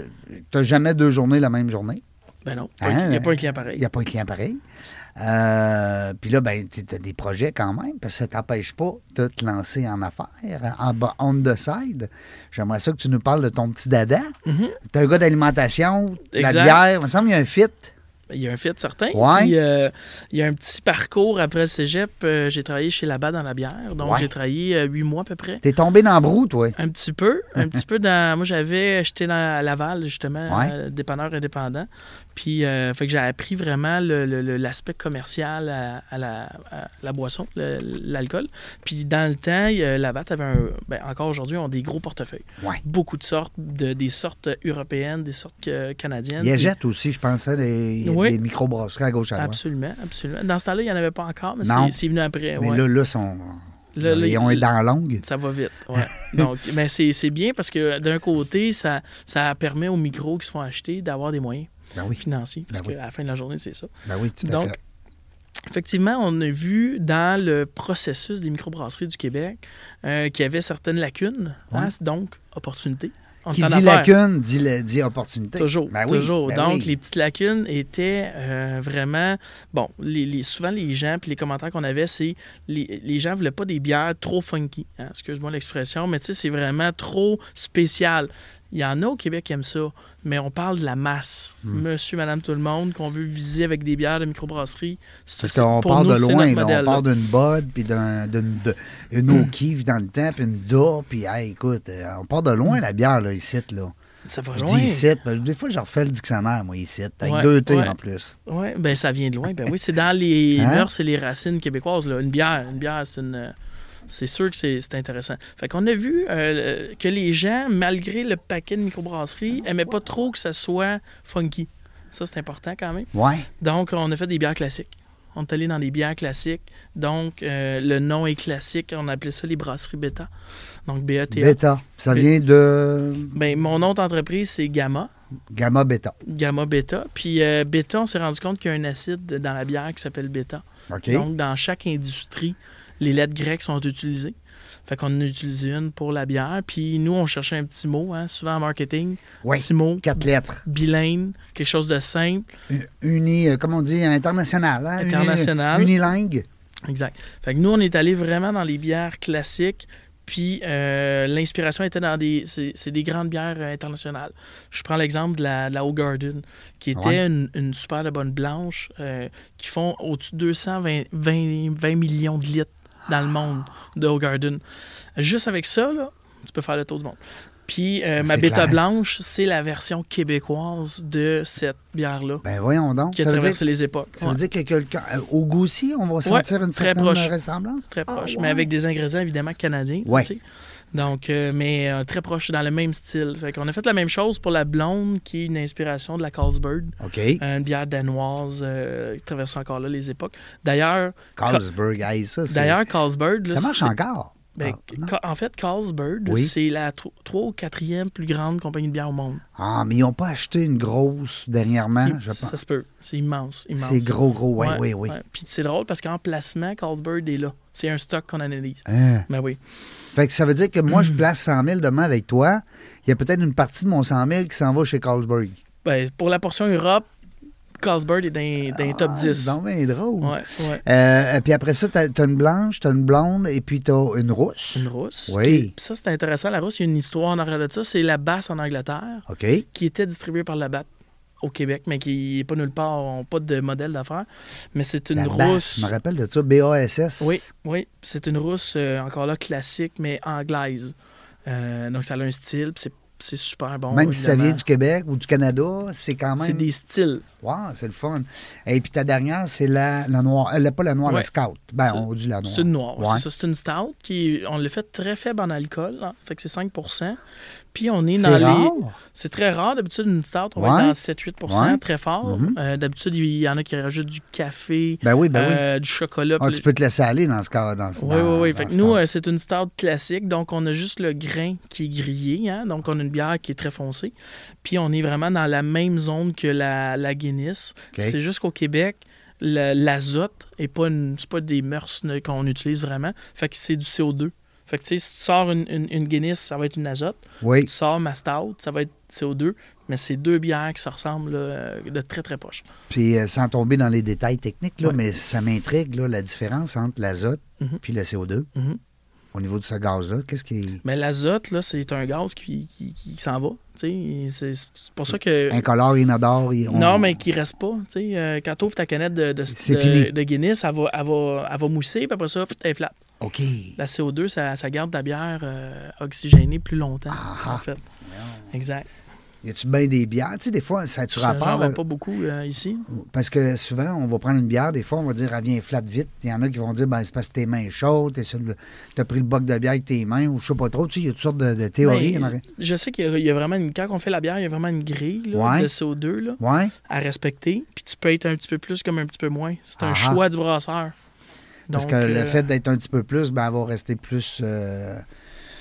Speaker 1: n'as jamais deux journées la même journée.
Speaker 2: Ben non, pas un- il n'y a pas un client pareil.
Speaker 1: Il n'y a pas un client pareil. Euh, Puis là, ben, tu as des projets quand même, parce que ça ne t'empêche pas de te lancer en affaires, en bas- on the side. J'aimerais ça que tu nous parles de ton petit dada.
Speaker 2: Mhm.
Speaker 1: Tu un gars d'alimentation, de la
Speaker 2: Exact.
Speaker 1: bière, il me semble qu'il y a un fit.
Speaker 2: Ben, Il y a un fit certain.
Speaker 1: Ouais.
Speaker 2: Puis, euh, il y a un petit parcours après le cégep. euh, j'ai travaillé chez Labat dans la bière. Donc,
Speaker 1: Ouais.
Speaker 2: j'ai travaillé euh, huit mois à peu près.
Speaker 1: T'es tombé dans le brou, toi.
Speaker 2: Un petit peu. Un petit peu dans. Moi, j'avais. J'étais dans à Laval, justement,
Speaker 1: Ouais.
Speaker 2: euh, dépanneur indépendant. Puis, euh, fait que j'ai appris vraiment le- le- le- l'aspect commercial à, à la, à la boisson, le- l'alcool. Puis, dans le temps, il y a- Labatt avait un. ben, encore aujourd'hui, on a des gros portefeuilles.
Speaker 1: Ouais.
Speaker 2: Beaucoup de sortes, de- des sortes européennes, des sortes euh, canadiennes.
Speaker 1: Il y a Jette aussi, je pensais, des,
Speaker 2: Oui.
Speaker 1: des microbrasseries à gauche à droite.
Speaker 2: Absolument, absolument. Dans ce temps-là, il n'y en avait pas encore, mais
Speaker 1: Non.
Speaker 2: c'est- c'est venu après.
Speaker 1: Mais
Speaker 2: ouais.
Speaker 1: là, là, sont,
Speaker 2: Là, là,
Speaker 1: ils ont
Speaker 2: il-
Speaker 1: été dans longue.
Speaker 2: Ça va vite, ouais. Donc, mais c'est c'est bien parce que d'un côté, ça, ça permet aux micros qui se font acheter d'avoir des moyens
Speaker 1: Ben oui,
Speaker 2: financiers. Parce
Speaker 1: Ben oui.
Speaker 2: qu'à la fin de la journée, c'est ça.
Speaker 1: ben oui, tout à
Speaker 2: Donc,
Speaker 1: fait.
Speaker 2: Effectivement, on a vu dans le processus des microbrasseries du Québec euh, qu'il y avait certaines lacunes, hein, donc opportunités. On
Speaker 1: Qui
Speaker 2: est en
Speaker 1: dit
Speaker 2: affaires.
Speaker 1: lacune, dit, la- dit opportunité.
Speaker 2: Toujours,
Speaker 1: Ben oui,
Speaker 2: toujours.
Speaker 1: ben
Speaker 2: Donc,
Speaker 1: oui.
Speaker 2: les petites lacunes étaient euh, vraiment... Bon, les, les- souvent, les gens, puis les commentaires qu'on avait, c'est les, les gens voulaient pas des bières trop funky. hein, Excuse-moi l'expression, mais tu sais, c'est vraiment trop spécial. Il y en a au Québec qui aiment ça, mais on parle de la masse.
Speaker 1: Hmm.
Speaker 2: Monsieur, madame, tout le monde, qu'on veut viser avec des bières de microbrasserie. C'est-
Speaker 1: Parce
Speaker 2: c'est-
Speaker 1: qu'on
Speaker 2: pour
Speaker 1: part
Speaker 2: nous,
Speaker 1: de
Speaker 2: c'est
Speaker 1: loin,
Speaker 2: notre
Speaker 1: là. on
Speaker 2: modèle, là. Hmm.
Speaker 1: part d'une bod, puis d'un- d'une de- une O'Keeffe dans le temps, puis une DA, puis hey, écoute, euh, on part de loin la bière, là, ici, là.
Speaker 2: Ça va
Speaker 1: Je
Speaker 2: Hmm. loin.
Speaker 1: dis ici, parce que des fois, je refais le dictionnaire, moi, ici, avec
Speaker 2: Ouais,
Speaker 1: deux T
Speaker 2: ouais.
Speaker 1: en plus.
Speaker 2: Oui, ben ça vient de loin. Ben oui, c'est dans les
Speaker 1: Hein?
Speaker 2: mœurs et les racines québécoises. Là. Une bière, une bière, c'est une. euh, C'est sûr que c'est c'est intéressant. Fait qu'on a vu euh, que les gens, malgré le paquet de microbrasseries, aimaient pas trop que ça soit funky. Ça, c'est important quand même.
Speaker 1: Ouais.
Speaker 2: Donc, on a fait des bières classiques. On est allé dans des bières classiques. Donc, euh, le nom est classique. On appelait ça les brasseries bêta. Donc, BETA.
Speaker 1: Bêta. Ça
Speaker 2: Bé-
Speaker 1: vient de
Speaker 2: Ben, mon autre entreprise, c'est Gamma.
Speaker 1: Gamma Bêta.
Speaker 2: Gamma Beta. Puis, euh, Beta, on s'est rendu compte qu'il y a un acide dans la bière qui s'appelle Beta.
Speaker 1: OK?
Speaker 2: Donc, dans chaque industrie, les lettres grecques sont utilisées. Fait qu'on en a utilisé une pour la bière. Puis nous, on cherchait un petit mot, hein, souvent en marketing.
Speaker 1: Ouais.
Speaker 2: Petit mot,
Speaker 1: Quatre lettres.
Speaker 2: bilingue, quelque chose de simple.
Speaker 1: U- Uni, euh, comment on dit, international. hein? Uni-
Speaker 2: International.
Speaker 1: Unilingue.
Speaker 2: Exact. Fait que nous, on est allé vraiment dans les bières classiques. Puis euh, l'inspiration était dans des. C'est c'est des grandes bières euh, internationales. Je prends l'exemple de la, de la O'Garden, qui était
Speaker 1: Ouais.
Speaker 2: une, une super de bonne blanche, euh, qui font au-dessus de 220 20 20 millions de litres dans
Speaker 1: Ah.
Speaker 2: le monde de O'Garden. Juste avec ça, là, tu peux faire le tour du monde. Puis euh, ma
Speaker 1: C'est
Speaker 2: bêta
Speaker 1: clair.
Speaker 2: blanche, c'est la version québécoise de cette bière-là,
Speaker 1: Ben voyons donc.
Speaker 2: qui a
Speaker 1: Ça veut dire,
Speaker 2: traversé les époques.
Speaker 1: ça
Speaker 2: Ouais.
Speaker 1: veut dire que quelqu'un. euh, Au goût aussi, on va sentir une
Speaker 2: très
Speaker 1: certaine
Speaker 2: proche.
Speaker 1: ressemblance?
Speaker 2: Très
Speaker 1: Ah,
Speaker 2: proche,
Speaker 1: ouais.
Speaker 2: mais avec des ingrédients évidemment canadiens.
Speaker 1: Ouais.
Speaker 2: tu sais. Donc, euh, mais euh, très proche, dans le même style. Fait qu'on a fait la même chose pour la blonde, qui est une inspiration de la Carlsberg,
Speaker 1: OK.
Speaker 2: une bière danoise euh, qui traverse encore là les époques. D'ailleurs,
Speaker 1: Carlsberg, hey, ça, c'est-
Speaker 2: d'ailleurs Carlsberg, là,
Speaker 1: Ça marche
Speaker 2: c'est-
Speaker 1: encore.
Speaker 2: ben,
Speaker 1: Ah, non?
Speaker 2: ca- en fait, Carlsberg,
Speaker 1: Oui.
Speaker 2: c'est la tro- trois ou quatrième plus grande compagnie de bière au monde.
Speaker 1: Ah, mais ils n'ont pas acheté une grosse dernièrement,
Speaker 2: Il-
Speaker 1: je pense.
Speaker 2: Ça se peut. C'est immense, immense.
Speaker 1: C'est gros, gros, oui,
Speaker 2: Ouais,
Speaker 1: oui, oui.
Speaker 2: ouais. Puis c'est drôle parce qu'en placement, Carlsberg est là. C'est un stock qu'on analyse.
Speaker 1: Hein.
Speaker 2: Ben oui.
Speaker 1: Fait que ça veut dire que moi, je
Speaker 2: Mm.
Speaker 1: place 100 000 demain avec toi. Il y a peut-être une partie de mon 100 000 qui s'en va chez Carlsberg.
Speaker 2: Ben, pour la portion Europe, Carlsberg est dans, dans les top
Speaker 1: Ah,
Speaker 2: 10.
Speaker 1: C'est donc bien drôle.
Speaker 2: Ouais, ouais.
Speaker 1: Euh, puis après ça, t'as t'as une blanche, t'as une blonde et puis t'as une rousse.
Speaker 2: Une rousse.
Speaker 1: Oui.
Speaker 2: Puis ça, c'est intéressant. La rousse, il y a une histoire en arrière de ça. C'est la basse en Angleterre
Speaker 1: OK.
Speaker 2: qui était distribuée par la BAT au Québec, mais qui n'est pas nulle part. On n'a pas de modèle d'affaires. Mais c'est une
Speaker 1: La basse,
Speaker 2: rousse.
Speaker 1: je me rappelle de ça, BASS.
Speaker 2: Oui, oui. C'est une rousse, euh, encore là, classique, mais anglaise. Euh, donc, ça a un style, puis c'est- c'est super bon.
Speaker 1: Même si ça
Speaker 2: évidemment.
Speaker 1: vient du Québec ou du Canada, c'est quand
Speaker 2: C'est
Speaker 1: même.
Speaker 2: des styles.
Speaker 1: Wow, c'est le fun. Et puis ta dernière, c'est la, la noire. Elle pas la noire, la
Speaker 2: Ouais.
Speaker 1: scout. Ben,
Speaker 2: C'est-
Speaker 1: on dit la noire.
Speaker 2: C'est une noire,
Speaker 1: Ouais.
Speaker 2: c'est ça. C'est une stout qui, on le fait très faible en alcool, hein, fait que c'est 5 Puis on est
Speaker 1: C'est
Speaker 2: dans les.
Speaker 1: rare.
Speaker 2: C'est très rare, d'habitude, une stout, on
Speaker 1: Ouais.
Speaker 2: va être dans 7-8
Speaker 1: Ouais.
Speaker 2: très fort.
Speaker 1: Mhm.
Speaker 2: Euh, d'habitude, il y en a qui rajoutent du café,
Speaker 1: Ben oui, ben oui.
Speaker 2: euh, du chocolat.
Speaker 1: Ah,
Speaker 2: puis
Speaker 1: tu
Speaker 2: le-
Speaker 1: peux Ben, te laisser aller dans ce cas. Dans,
Speaker 2: Oui, oui, oui. Fait que nous, euh, c'est une stout classique. Donc, on a juste le grain qui est grillé. hein. Donc, on a une bière qui est très foncée. Puis, on est vraiment dans la même zone que la, la Guinness.
Speaker 1: OK.
Speaker 2: euh, C'est juste qu'au Québec, le- l'azote n'est pas, une- c'est pas des mœurs ne- qu'on utilise vraiment. Fait que c'est du CO2. Fait que, tu sais, si tu sors une, une- une Guinness, ça va être une azote.
Speaker 1: oui.
Speaker 2: Tu sors ma stout, ça va être CO2. Mais c'est deux bières qui se ressemblent là, euh, de très, très proche.
Speaker 1: Puis euh, sans tomber dans les détails techniques, là,
Speaker 2: Ouais.
Speaker 1: mais ça m'intrigue, là, la différence entre l'azote
Speaker 2: Mhm.
Speaker 1: puis le CO2.
Speaker 2: Mhm.
Speaker 1: Au niveau de ce gaz-là, qu'est-ce qui
Speaker 2: Mais l'azote, là, c'est un gaz qui, qui, qui s'en va. Tu sais, c'est c'est pour ça que...
Speaker 1: est incolore, inodore? il- on-
Speaker 2: Euh, Non, mais qui reste pas. tu sais, euh, quand tu ouvres ta canette de, de,
Speaker 1: C'est
Speaker 2: de-
Speaker 1: fini.
Speaker 2: de Guinness, elle va, elle va- elle va mousser, puis après ça, pff, elle est flat.
Speaker 1: OK.
Speaker 2: La CO2, ça, ça garde ta bière euh, oxygénée plus longtemps,
Speaker 1: Ah,
Speaker 2: en fait. Exact.
Speaker 1: Y a-tu bien des bières? Tu sais, des fois, ça tu
Speaker 2: J'en j'en
Speaker 1: rapport?
Speaker 2: vois pas beaucoup euh, ici.
Speaker 1: Parce que souvent, on va prendre une bière, des fois, on va dire, elle vient flat vite. Il y en a qui vont dire, ben, c'est parce que tes mains chaudes, t'es sur le- t'as pris le boc de bière avec tes mains, ou je sais pas trop. Tu sais, il y a toutes sortes de, de théories.
Speaker 2: Ben,
Speaker 1: en arrière.
Speaker 2: je sais qu'il y a- il y, a vraiment une. Quand on fait la bière, il y a vraiment une grille là,
Speaker 1: Ouais.
Speaker 2: de CO2 là,
Speaker 1: Ouais.
Speaker 2: à respecter. Puis tu peux être un petit peu plus comme un petit peu moins. C'est un
Speaker 1: Ah ah.
Speaker 2: choix du brasseur.
Speaker 1: Parce
Speaker 2: Donc,
Speaker 1: que le
Speaker 2: euh,
Speaker 1: fait d'être un petit peu plus, ben, elle va rester plus. euh,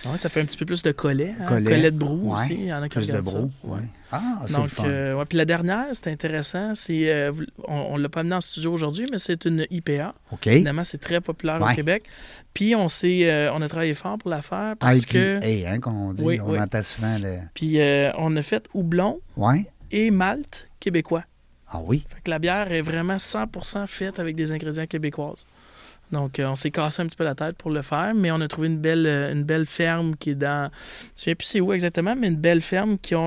Speaker 2: ouais, ça fait un petit peu plus de collet. hein,
Speaker 1: Collet.
Speaker 2: collet, de brou
Speaker 1: Ouais.
Speaker 2: aussi. Il y en a qui
Speaker 1: plus de
Speaker 2: regardent ça.
Speaker 1: brou.
Speaker 2: Ouais.
Speaker 1: ouais. Ah, c'est le
Speaker 2: Donc,
Speaker 1: fun.
Speaker 2: euh, ouais, puis la dernière, c'est intéressant. C'est, euh, vous- on ne l'a pas amené en studio aujourd'hui, mais c'est une IPA.
Speaker 1: OK. Ah,
Speaker 2: Évidemment, c'est très populaire
Speaker 1: Ouais.
Speaker 2: au Québec. Puis on, s'est, euh, on a travaillé fort pour la faire parce
Speaker 1: IPA,
Speaker 2: que.
Speaker 1: hein, qu'on dit.
Speaker 2: Oui,
Speaker 1: on
Speaker 2: oui.
Speaker 1: entend souvent le.
Speaker 2: Puis euh, on a fait houblon
Speaker 1: Ouais.
Speaker 2: et malt québécois.
Speaker 1: Ah oui.
Speaker 2: Fait que la bière est vraiment 100% faite avec des ingrédients québécoises. Donc, euh, on s'est cassé un petit peu la tête pour le faire, mais on a trouvé une belle, euh, une belle ferme qui est dans. Je ne sais plus c'est où exactement, mais une belle ferme qui a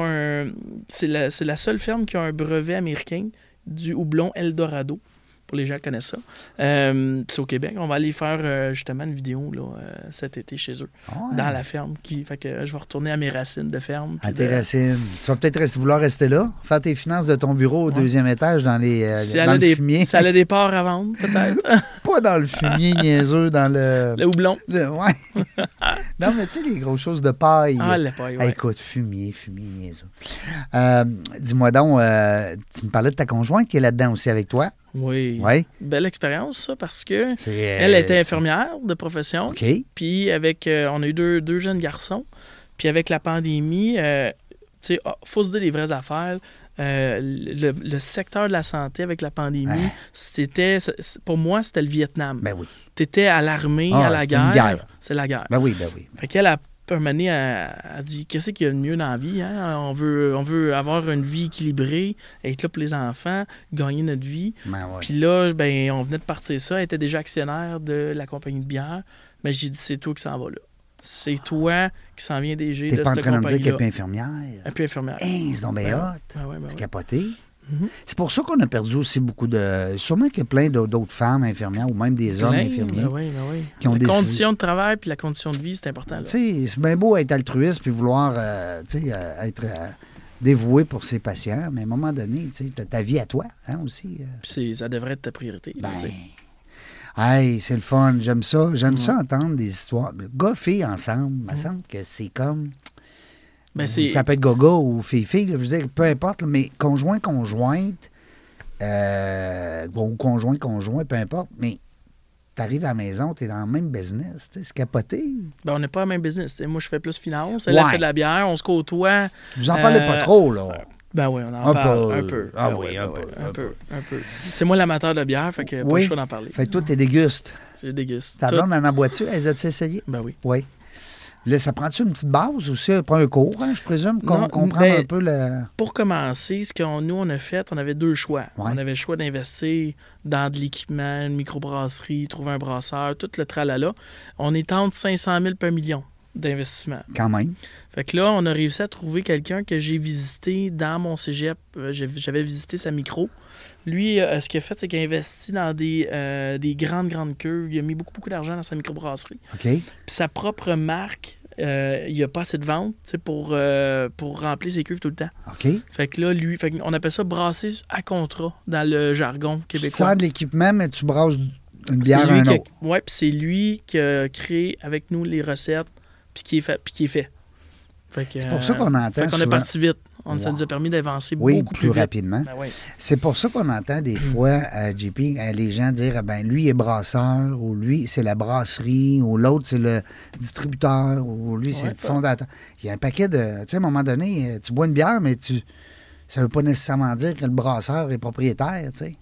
Speaker 2: un. C'est la, c'est la seule ferme qui a un brevet américain du houblon Eldorado, pour les gens qui connaissent ça. Euh, puis c'est au Québec. On va aller faire euh, justement une vidéo là, euh, cet été chez eux,
Speaker 1: Ouais.
Speaker 2: dans la ben, ferme. Qui... Fait que euh, je vais retourner à mes racines de ferme. puis
Speaker 1: À
Speaker 2: de-
Speaker 1: tes racines. Tu vas peut-être rester- vouloir rester là, faire tes finances de ton bureau au deuxième étage dans, les, euh,
Speaker 2: Si elle
Speaker 1: dans
Speaker 2: a
Speaker 1: le
Speaker 2: des,
Speaker 1: fumier.
Speaker 2: si elle a des parts à vendre, peut-être.
Speaker 1: Pas dans le fumier niaiseux, dans le...
Speaker 2: le houblon.
Speaker 1: le- ouais. non, mais tu sais, les grosses choses de paille.
Speaker 2: Ah, la paille,
Speaker 1: Ah,
Speaker 2: ouais.
Speaker 1: écoute, fumier, fumier niaiseux. Euh, Dis-moi donc, euh, tu me parlais de ta conjointe qui est là-dedans aussi avec toi.
Speaker 2: Oui.
Speaker 1: Oui.
Speaker 2: Belle expérience, ça, parce
Speaker 1: Euh,
Speaker 2: que elle était infirmière de profession.
Speaker 1: OK.
Speaker 2: Puis avec, euh, on a eu deux, deux jeunes garçons. Puis avec la pandémie, euh, tu sais, ah, faut se dire les vraies affaires. Euh, le, le secteur de la santé avec la pandémie,
Speaker 1: Ouais.
Speaker 2: c'était, c'est- c'est- pour moi, c'était le Vietnam.
Speaker 1: Ben oui.
Speaker 2: tu étais à l'armée,
Speaker 1: Ah,
Speaker 2: à la
Speaker 1: c'est une
Speaker 2: guerre.
Speaker 1: guerre.
Speaker 2: C'est la guerre.
Speaker 1: Ben oui, ben oui.
Speaker 2: Fait qu'elle a un moment donné, elle, elle dit qu'est-ce qu'il y a de mieux dans la vie hein? on, veut, on veut avoir une vie équilibrée, être là pour les enfants, gagner notre vie.
Speaker 1: Ben oui.
Speaker 2: Puis là, ben, on venait de partir ça. Elle était déjà actionnaire de la compagnie de bière. Mais j'ai dit, c'est toi qui s'en va là. C'est toi qui s'en viens DG
Speaker 1: T'es
Speaker 2: de
Speaker 1: pas en
Speaker 2: cette
Speaker 1: train de me dire qu'elle
Speaker 2: compagnie-là.
Speaker 1: est pas infirmière.
Speaker 2: Elle est plus infirmière.
Speaker 1: Hein, c'est donc bien
Speaker 2: Ben
Speaker 1: hot.
Speaker 2: Ah ouais, ben ouais.
Speaker 1: C'est capoté.
Speaker 2: Mhm.
Speaker 1: C'est pour ça qu'on a perdu aussi beaucoup de. Sûrement qu'il y a plein d'au- d'autres femmes infirmières ou même des hommes
Speaker 2: Plein,
Speaker 1: infirmiers.
Speaker 2: ben ouais, ben ouais.
Speaker 1: qui ont
Speaker 2: La
Speaker 1: décidé-
Speaker 2: condition de travail puis la condition de vie, c'est important. là.
Speaker 1: Tu sais, c'est bien beau être altruiste puis vouloir euh, tu sais, euh, être euh, dévoué pour ses patients, mais à un moment donné, tu sais, t'as ta vie à toi hein, aussi. euh.
Speaker 2: Puis c'est- ça devrait être ta priorité. là,
Speaker 1: Ben,
Speaker 2: tu sais.
Speaker 1: hey, c'est le fun. J'aime ça. J'aime ça entendre des histoires. Gars, filles ensemble, il me semble que c'est comme.
Speaker 2: Ben, c'est-
Speaker 1: ça peut être gaga ou fille-fille, là, je veux dire, peu importe, là, mais conjoint-conjointe, euh, bon, ou conjoint-conjoint, peu importe, mais t'arrives à la maison, t'es dans le même business, tu sais, c'est capoté.
Speaker 2: Ben, on n'est pas le même business. tu sais. Moi, je fais plus finance. Elle a
Speaker 1: Ouais.
Speaker 2: fait de la bière. On se côtoie.
Speaker 1: Vous en parlez
Speaker 2: Euh,
Speaker 1: pas trop, là.
Speaker 2: Ben oui, on en
Speaker 1: Un
Speaker 2: parle
Speaker 1: peu.
Speaker 2: un peu.
Speaker 1: Ah
Speaker 2: Ben
Speaker 1: oui,
Speaker 2: ouais,
Speaker 1: un
Speaker 2: ben
Speaker 1: peu,
Speaker 2: ouais,
Speaker 1: un
Speaker 2: un peu. un peu. C'est moi l'amateur de bière, fait que pas
Speaker 1: Oui.
Speaker 2: le choix d'en parler.
Speaker 1: Fait que toi, t'es déguste.
Speaker 2: Je déguste.
Speaker 1: Ta
Speaker 2: Tout-
Speaker 1: blonde en emboîte-tu? Elles as-tu essayé?
Speaker 2: Ben oui.
Speaker 1: Oui. Là, ça prend-tu une petite base aussi? Elle prend un cours, hein, je présume, qu'on
Speaker 2: Non,
Speaker 1: comprend
Speaker 2: ben-
Speaker 1: un peu le.
Speaker 2: Pour commencer, ce qu'on nous on a fait, on avait deux choix.
Speaker 1: Ouais.
Speaker 2: On avait le choix d'investir dans de l'équipement, une microbrasserie, trouver un brasseur, tout le tralala. On est entre 500 000 par million d'investissement.
Speaker 1: Quand même.
Speaker 2: Fait que là, on a réussi à trouver quelqu'un que j'ai visité dans mon cégep. Euh, j'ai- J'avais visité sa micro. Lui, euh, ce qu'il a fait, c'est qu'il a investi dans des, euh, des grandes, grandes cuves. Il a mis beaucoup, beaucoup d'argent dans sa microbrasserie.
Speaker 1: OK?
Speaker 2: Puis sa propre marque, euh, il n'y a pas assez de ventes tu sais, pour, euh, pour remplir ses cuves tout le temps.
Speaker 1: OK?
Speaker 2: Fait que là, lui, fait on appelle ça brasser à contrat dans le jargon
Speaker 1: Tu te
Speaker 2: québécois.
Speaker 1: sers de l'équipement, mais tu brasses une
Speaker 2: C'est
Speaker 1: bière à
Speaker 2: lui
Speaker 1: un
Speaker 2: qui a-
Speaker 1: autre.
Speaker 2: ouais, puis c'est lui qui a créé avec nous les recettes, puis qui est fait. Puis qui est fait. Fait que,
Speaker 1: C'est pour ça
Speaker 2: euh,
Speaker 1: qu'on entend.
Speaker 2: fait qu'on est
Speaker 1: souvent-
Speaker 2: parti vite. On, Ça
Speaker 1: Wow.
Speaker 2: nous a permis d'avancer
Speaker 1: Oui,
Speaker 2: beaucoup
Speaker 1: plus,
Speaker 2: plus, vite.
Speaker 1: rapidement.
Speaker 2: Ben ouais.
Speaker 1: C'est pour ça qu'on entend des
Speaker 2: Mm.
Speaker 1: fois, euh, JP, euh, les gens dire ah ben lui est brasseur, ou lui c'est la brasserie, ou l'autre c'est le distributeur, ou lui c'est
Speaker 2: Ouais,
Speaker 1: le fondateur. Il y a un paquet de. Tu sais, à un moment donné, euh, tu bois une bière, mais tu. Ça veut pas nécessairement dire que le brasseur est propriétaire, tu sais.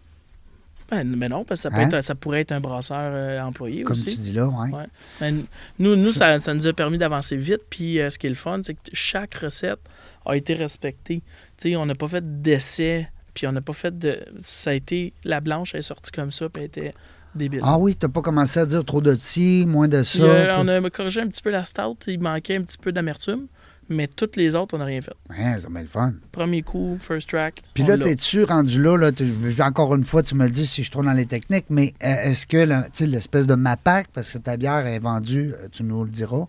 Speaker 2: Ben, ben non, parce que ça, peut
Speaker 1: Hein?
Speaker 2: être- ça pourrait être un brasseur euh, employé
Speaker 1: Comme
Speaker 2: aussi.
Speaker 1: tu dis là, ouais.
Speaker 2: Ouais. Ben, nous, nous ça, ça nous a permis d'avancer vite. Puis euh, ce qui est le fun, c'est que chaque recette a été respectée. Tu sais, on n'a pas fait d'essai, puis on n'a pas fait de. Ça a été. La blanche, elle est sortie comme ça, puis elle était débile.
Speaker 1: Ah oui, t'as pas commencé à dire trop de ci, moins de ça.
Speaker 2: Puis, euh,
Speaker 1: trop-
Speaker 2: on a corrigé un petit peu la stout, il manquait un petit peu d'amertume, mais toutes les autres, on n'a rien fait.
Speaker 1: Hein, ça met le fun.
Speaker 2: Premier coup, first track.
Speaker 1: Puis
Speaker 2: on
Speaker 1: là,
Speaker 2: l'a.
Speaker 1: t'es-tu rendu là, là t'es- encore une fois, tu me le dis si je suis trop dans les techniques, mais euh, est-ce que le- tu sais, l'espèce de MAPAC, parce que ta bière est vendue, euh, tu nous le diras,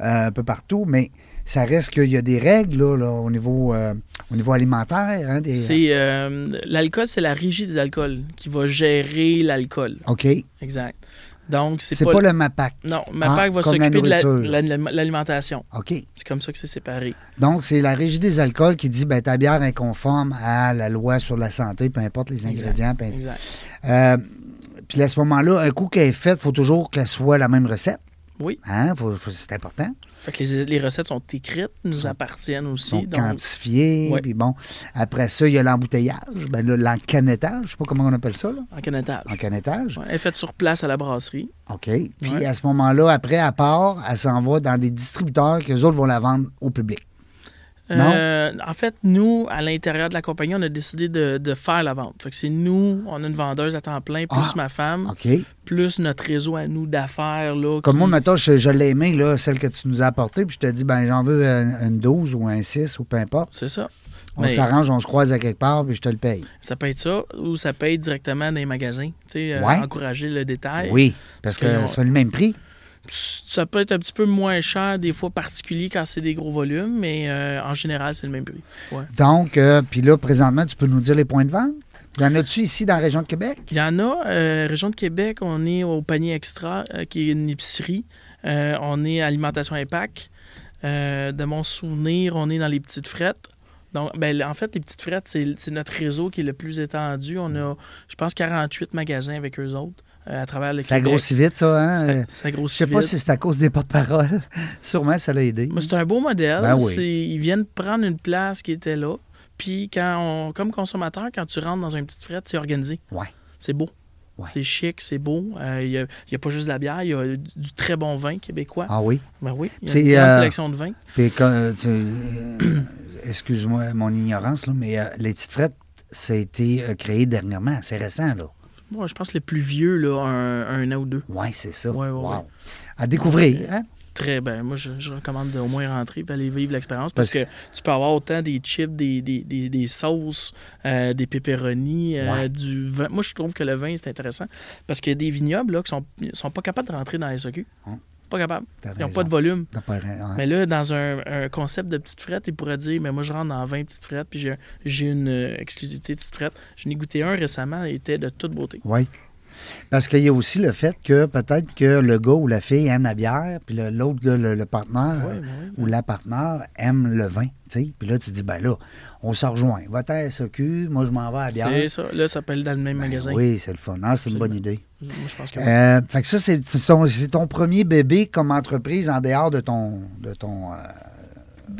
Speaker 1: euh, un peu partout, mais ça reste qu'il y a des règles là, là, au, niveau, euh, au niveau alimentaire. Hein, des-
Speaker 2: C'est euh, l'alcool, c'est la régie des alcools qui va gérer l'alcool.
Speaker 1: euh, OK.
Speaker 2: Exact. Donc c'est
Speaker 1: C'est pas,
Speaker 2: pas,
Speaker 1: le MAPAC. Ah,
Speaker 2: non, ma PAC va
Speaker 1: comme la
Speaker 2: s'occuper de la-
Speaker 1: nourriture.
Speaker 2: la- la- l'alimentation.
Speaker 1: OK.
Speaker 2: C'est comme ça que c'est séparé.
Speaker 1: Donc, c'est la Régie des alcools qui dit ben, ta bière est conforme à la loi sur la santé, peu importe les
Speaker 2: Exact.
Speaker 1: ingrédients. peu importe.
Speaker 2: Exact.
Speaker 1: Euh, Puis à ce moment-là, un coup qu'elle est faite, il faut toujours qu'elle soit la même recette.
Speaker 2: Oui.
Speaker 1: Hein? Faut- faut- c'est important.
Speaker 2: Fait que les, les recettes sont écrites, nous appartiennent aussi.
Speaker 1: sont
Speaker 2: donc-
Speaker 1: quantifiés.
Speaker 2: Ouais.
Speaker 1: Puis bon, après ça, il y a l'embouteillage, ben là, l'encanettage, je sais pas comment on appelle ça, là.
Speaker 2: en canettage.
Speaker 1: Encanettage.
Speaker 2: Ouais, elle est faite sur place à la brasserie.
Speaker 1: OK. Puis
Speaker 2: Ouais.
Speaker 1: à ce moment-là, après, à part, elle s'en va dans des distributeurs que les autres vont la vendre au public.
Speaker 2: Euh, en fait, nous, à l'intérieur de la compagnie, on a décidé de, de faire la vente. Fait que c'est nous, on a une vendeuse à temps plein, plus
Speaker 1: Ah.
Speaker 2: ma femme,
Speaker 1: OK.
Speaker 2: plus notre réseau à nous d'affaires. Là,
Speaker 1: Comme
Speaker 2: qui-
Speaker 1: moi, maintenant, je, je l'ai aimé, là, celle que tu nous as apportée, puis je te dis, ben j'en veux un- une 12 ou un 6 ou peu importe.
Speaker 2: C'est ça.
Speaker 1: On
Speaker 2: Mais
Speaker 1: s'arrange, on se croise à quelque part, puis je te le paye.
Speaker 2: ça peut être ça, ou ça peut être directement dans les magasins. Tu sais, euh,
Speaker 1: Ouais.
Speaker 2: encourager le détail.
Speaker 1: Oui, parce
Speaker 2: parce
Speaker 1: que
Speaker 2: que-
Speaker 1: c'est pas le même prix.
Speaker 2: Ça peut être un petit peu moins cher, des fois particulier quand c'est des gros volumes, mais euh, en général, c'est le même prix. Ouais.
Speaker 1: Donc, euh, puis là, présentement, tu peux nous dire les points de vente? Y en a-tu ici dans la région de Québec?
Speaker 2: Il y en a, euh, région de Québec, on est au panier extra, euh, qui est une épicerie. Euh, on est à alimentation impact. Euh, de mon souvenir, on est dans les petites frettes. Donc, ben, en fait, les petites frettes, c'est c'est notre réseau qui est le plus étendu. On a, je pense, 48 magasins avec eux autres euh, à travers le
Speaker 1: Ça
Speaker 2: Québec.
Speaker 1: grossit vite, ça, hein? Euh,
Speaker 2: Ça, ça
Speaker 1: Je
Speaker 2: grossit
Speaker 1: sais pas
Speaker 2: vite.
Speaker 1: si c'est à cause des porte-paroles. Sûrement, ça l'a aidé.
Speaker 2: Mais c'est un beau modèle.
Speaker 1: Ben oui.
Speaker 2: C'est- Ils viennent prendre une place qui était là. Puis, quand on, comme consommateur, quand tu rentres dans une petite frette, c'est organisé.
Speaker 1: Ouais.
Speaker 2: C'est beau.
Speaker 1: Ouais.
Speaker 2: C'est chic, c'est beau. Euh, Il n'y a, pas juste de la bière, il y a du très bon vin québécois.
Speaker 1: Ah oui?
Speaker 2: Ben oui, il y a
Speaker 1: C'est,
Speaker 2: une grande
Speaker 1: euh,
Speaker 2: sélection de vins.
Speaker 1: Puis, quand, euh, tu- euh, excuse-moi mon ignorance, là, mais euh, les petites frettes, ça a été euh, créé dernièrement. C'est récent, là.
Speaker 2: Moi, je pense le plus vieux, là, un, un an ou deux.
Speaker 1: Oui, c'est ça.
Speaker 2: Ouais, ouais, ouais. Euh,
Speaker 1: À découvrir, hein?
Speaker 2: Très bien. Moi, je, je recommande d'au moins rentrer et aller vivre l'expérience
Speaker 1: Parce-
Speaker 2: parce, que tu peux avoir autant des chips, des, des, des, des sauces, euh, des pépéronis, euh,
Speaker 1: Ouais.
Speaker 2: du vin. Moi, je trouve que le vin, c'est intéressant parce qu'il y a des vignobles là, qui sont, sont pas capables de rentrer dans les SOQ.
Speaker 1: Hum.
Speaker 2: Pas capables.
Speaker 1: T'as
Speaker 2: Ils n'ont
Speaker 1: raison.
Speaker 2: pas de volume.
Speaker 1: T'as pas ra- hein? ouais.
Speaker 2: Mais là, dans un, un concept de petite frette, ils pourraient dire mais Moi, je rentre dans 20 petites frettes, puis j'ai- j'ai une euh, exclusivité petite frette. Je n'ai goûté un récemment, il était de toute beauté.
Speaker 1: Oui. Parce qu'il y a aussi le fait que peut-être que le gars ou la fille aime la bière, puis le- l'autre gars, le, le partenaire
Speaker 2: Ouais,
Speaker 1: euh,
Speaker 2: ouais, ouais.
Speaker 1: ou la partenaire aime le vin. tu sais. Puis là, tu dis, ben là, on s'en rejoint. Va ta SOQ, moi je m'en vais à la bière.
Speaker 2: C'est ça. Là, ça peut aller dans le même
Speaker 1: Ben
Speaker 2: magasin.
Speaker 1: Oui, c'est le fun. Ah, c'est une bonne idée.
Speaker 2: Moi, je pense que oui.
Speaker 1: Euh, fait que ça, c'est c'est son- c'est ton premier bébé comme entreprise en dehors de ton. De ton euh,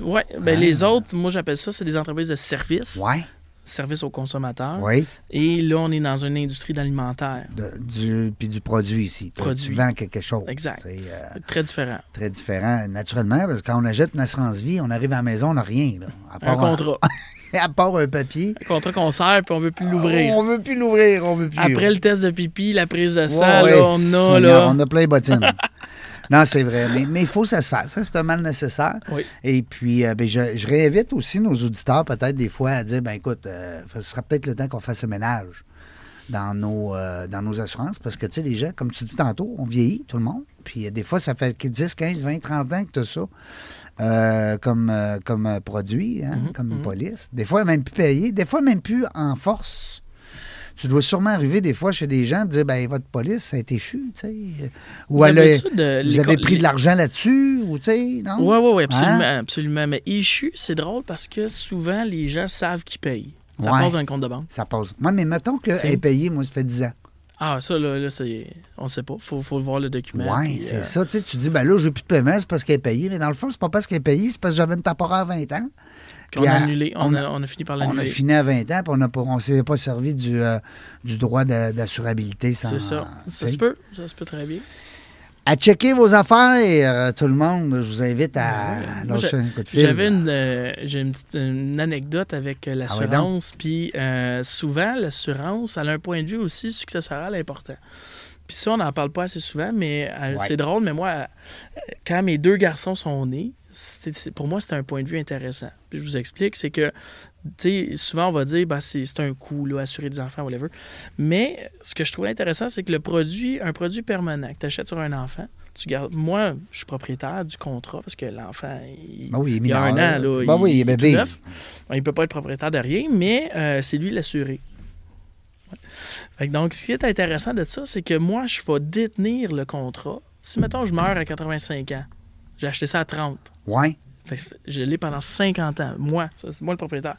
Speaker 2: Ouais, ben les autres, moi j'appelle ça, c'est des entreprises de services,
Speaker 1: Ah. ouais,
Speaker 2: services aux consommateurs.
Speaker 1: ouais.
Speaker 2: Et là, on est dans une industrie d'alimentaire.
Speaker 1: de- du, puis du produit ici. Tu- Tu
Speaker 2: Produit.
Speaker 1: vends quelque chose.
Speaker 2: Exact.
Speaker 1: C'est euh,
Speaker 2: Très différent.
Speaker 1: très différent, naturellement, parce que quand on achète une assurance vie, on arrive à la maison, on n'a rien. Là, à,
Speaker 2: Un
Speaker 1: part un,
Speaker 2: contrat.
Speaker 1: à part un papier.
Speaker 2: Un contrat qu'on sert, puis on veut plus l'ouvrir.
Speaker 1: On veut plus l'ouvrir, on veut plus.
Speaker 2: Après le test de pipi, la prise de
Speaker 1: Ouais,
Speaker 2: sang,
Speaker 1: ouais.
Speaker 2: là, on a, là.
Speaker 1: On a plein les bottines. non, c'est vrai, mais mais il faut que ça se fasse. hein, c'est un mal nécessaire.
Speaker 2: Oui.
Speaker 1: Et puis, euh, ben, je, je réinvite aussi nos auditeurs, peut-être des fois, à dire ben écoute, euh, ce sera peut-être le temps qu'on fasse le ménage dans nos, euh, dans nos assurances, parce que, tu sais, les gens, comme tu dis tantôt, on vieillit, tout le monde. Puis, euh, des fois, ça fait 10, 15, 20, 30 ans que tu as ça euh, comme, euh, comme euh, produit, hein,
Speaker 2: Mhm,
Speaker 1: comme
Speaker 2: mhm.
Speaker 1: police. Des fois, même plus payé, des fois, même plus en force. Tu dois sûrement arriver des fois chez des gens de dire ben votre police, ça a été chu, tu sais. Ou elle a-
Speaker 2: D'habitude, euh,
Speaker 1: vous
Speaker 2: les
Speaker 1: avez
Speaker 2: co-
Speaker 1: pris de
Speaker 2: les-
Speaker 1: l'argent là-dessus, ou tu sais, non?
Speaker 2: Oui, oui, oui, absolument,
Speaker 1: Hein?
Speaker 2: absolument. Mais Ichu, c'est drôle parce que souvent, les gens savent qu'ils payent. Ça
Speaker 1: Ouais.
Speaker 2: passe dans un compte de banque.
Speaker 1: Ça passe. Moi, mais mettons qu'elle
Speaker 2: C'est-
Speaker 1: est payée, moi, ça fait 10 ans.
Speaker 2: Ah, ça, là, là c'est... on sait pas. Faut, faut voir le document.
Speaker 1: Oui,
Speaker 2: puis,
Speaker 1: c'est
Speaker 2: euh,
Speaker 1: ça. Tu sais, tu dis, ben là, j'ai plus de paiement, c'est parce qu'elle est payée. Mais dans le fond, c'est pas parce qu'elle est payée, c'est parce que j'avais une temporaire à 20 ans.
Speaker 2: Qu'on
Speaker 1: Puis,
Speaker 2: a
Speaker 1: euh,
Speaker 2: annulé. On,
Speaker 1: on
Speaker 2: a, on a fini par
Speaker 1: On a
Speaker 2: l'annuler.
Speaker 1: fini à 20 ans, puis on ne on s'est pas servi du, euh, du droit de- d'assurabilité. sans-
Speaker 2: C'est ça.
Speaker 1: tu
Speaker 2: Ça
Speaker 1: sais.
Speaker 2: se peut. Ça se peut très bien.
Speaker 1: À checker vos affaires, euh, tout le monde. Je vous invite à
Speaker 2: Ouais. Moi,
Speaker 1: lâcher un coup de fil.
Speaker 2: J'avais une, euh, j'ai une petite une anecdote avec euh,
Speaker 1: Ah ouais, donc.
Speaker 2: l'assurance. Puis euh, souvent, l'assurance, elle a un point de vue aussi successoral important. Puis ça, on n'en parle pas assez souvent, mais euh,
Speaker 1: Ouais.
Speaker 2: c'est drôle. Mais moi, euh, quand mes deux garçons sont nés, c'est- c'est- pour moi, c'était un point de vue intéressant. Puis je vous explique, c'est que tu sais, souvent, on va dire ben, c'est c'est un coût, là, assurer des enfants, whatever. Mais ce que je trouvais intéressant, c'est que le produit, un produit permanent que tu achètes sur un enfant, tu gardes. Moi, je suis propriétaire du contrat parce que l'enfant, il,
Speaker 1: Ben oui, il est
Speaker 2: il a un
Speaker 1: mineur.
Speaker 2: an, là,
Speaker 1: Ben
Speaker 2: il,
Speaker 1: oui, il est
Speaker 2: tout
Speaker 1: bébé.
Speaker 2: neuf. Ben, il peut pas être propriétaire de rien, mais euh, c'est lui l'assuré. Ouais. Fait que donc, ce qui est intéressant de ça, c'est que moi, je vais détenir le contrat. Si, mettons, je meurs à 85 ans, j'ai acheté ça à 30.
Speaker 1: Oui,
Speaker 2: Fait que je l'ai pendant 50 ans. Moi, ça, c'est moi le propriétaire.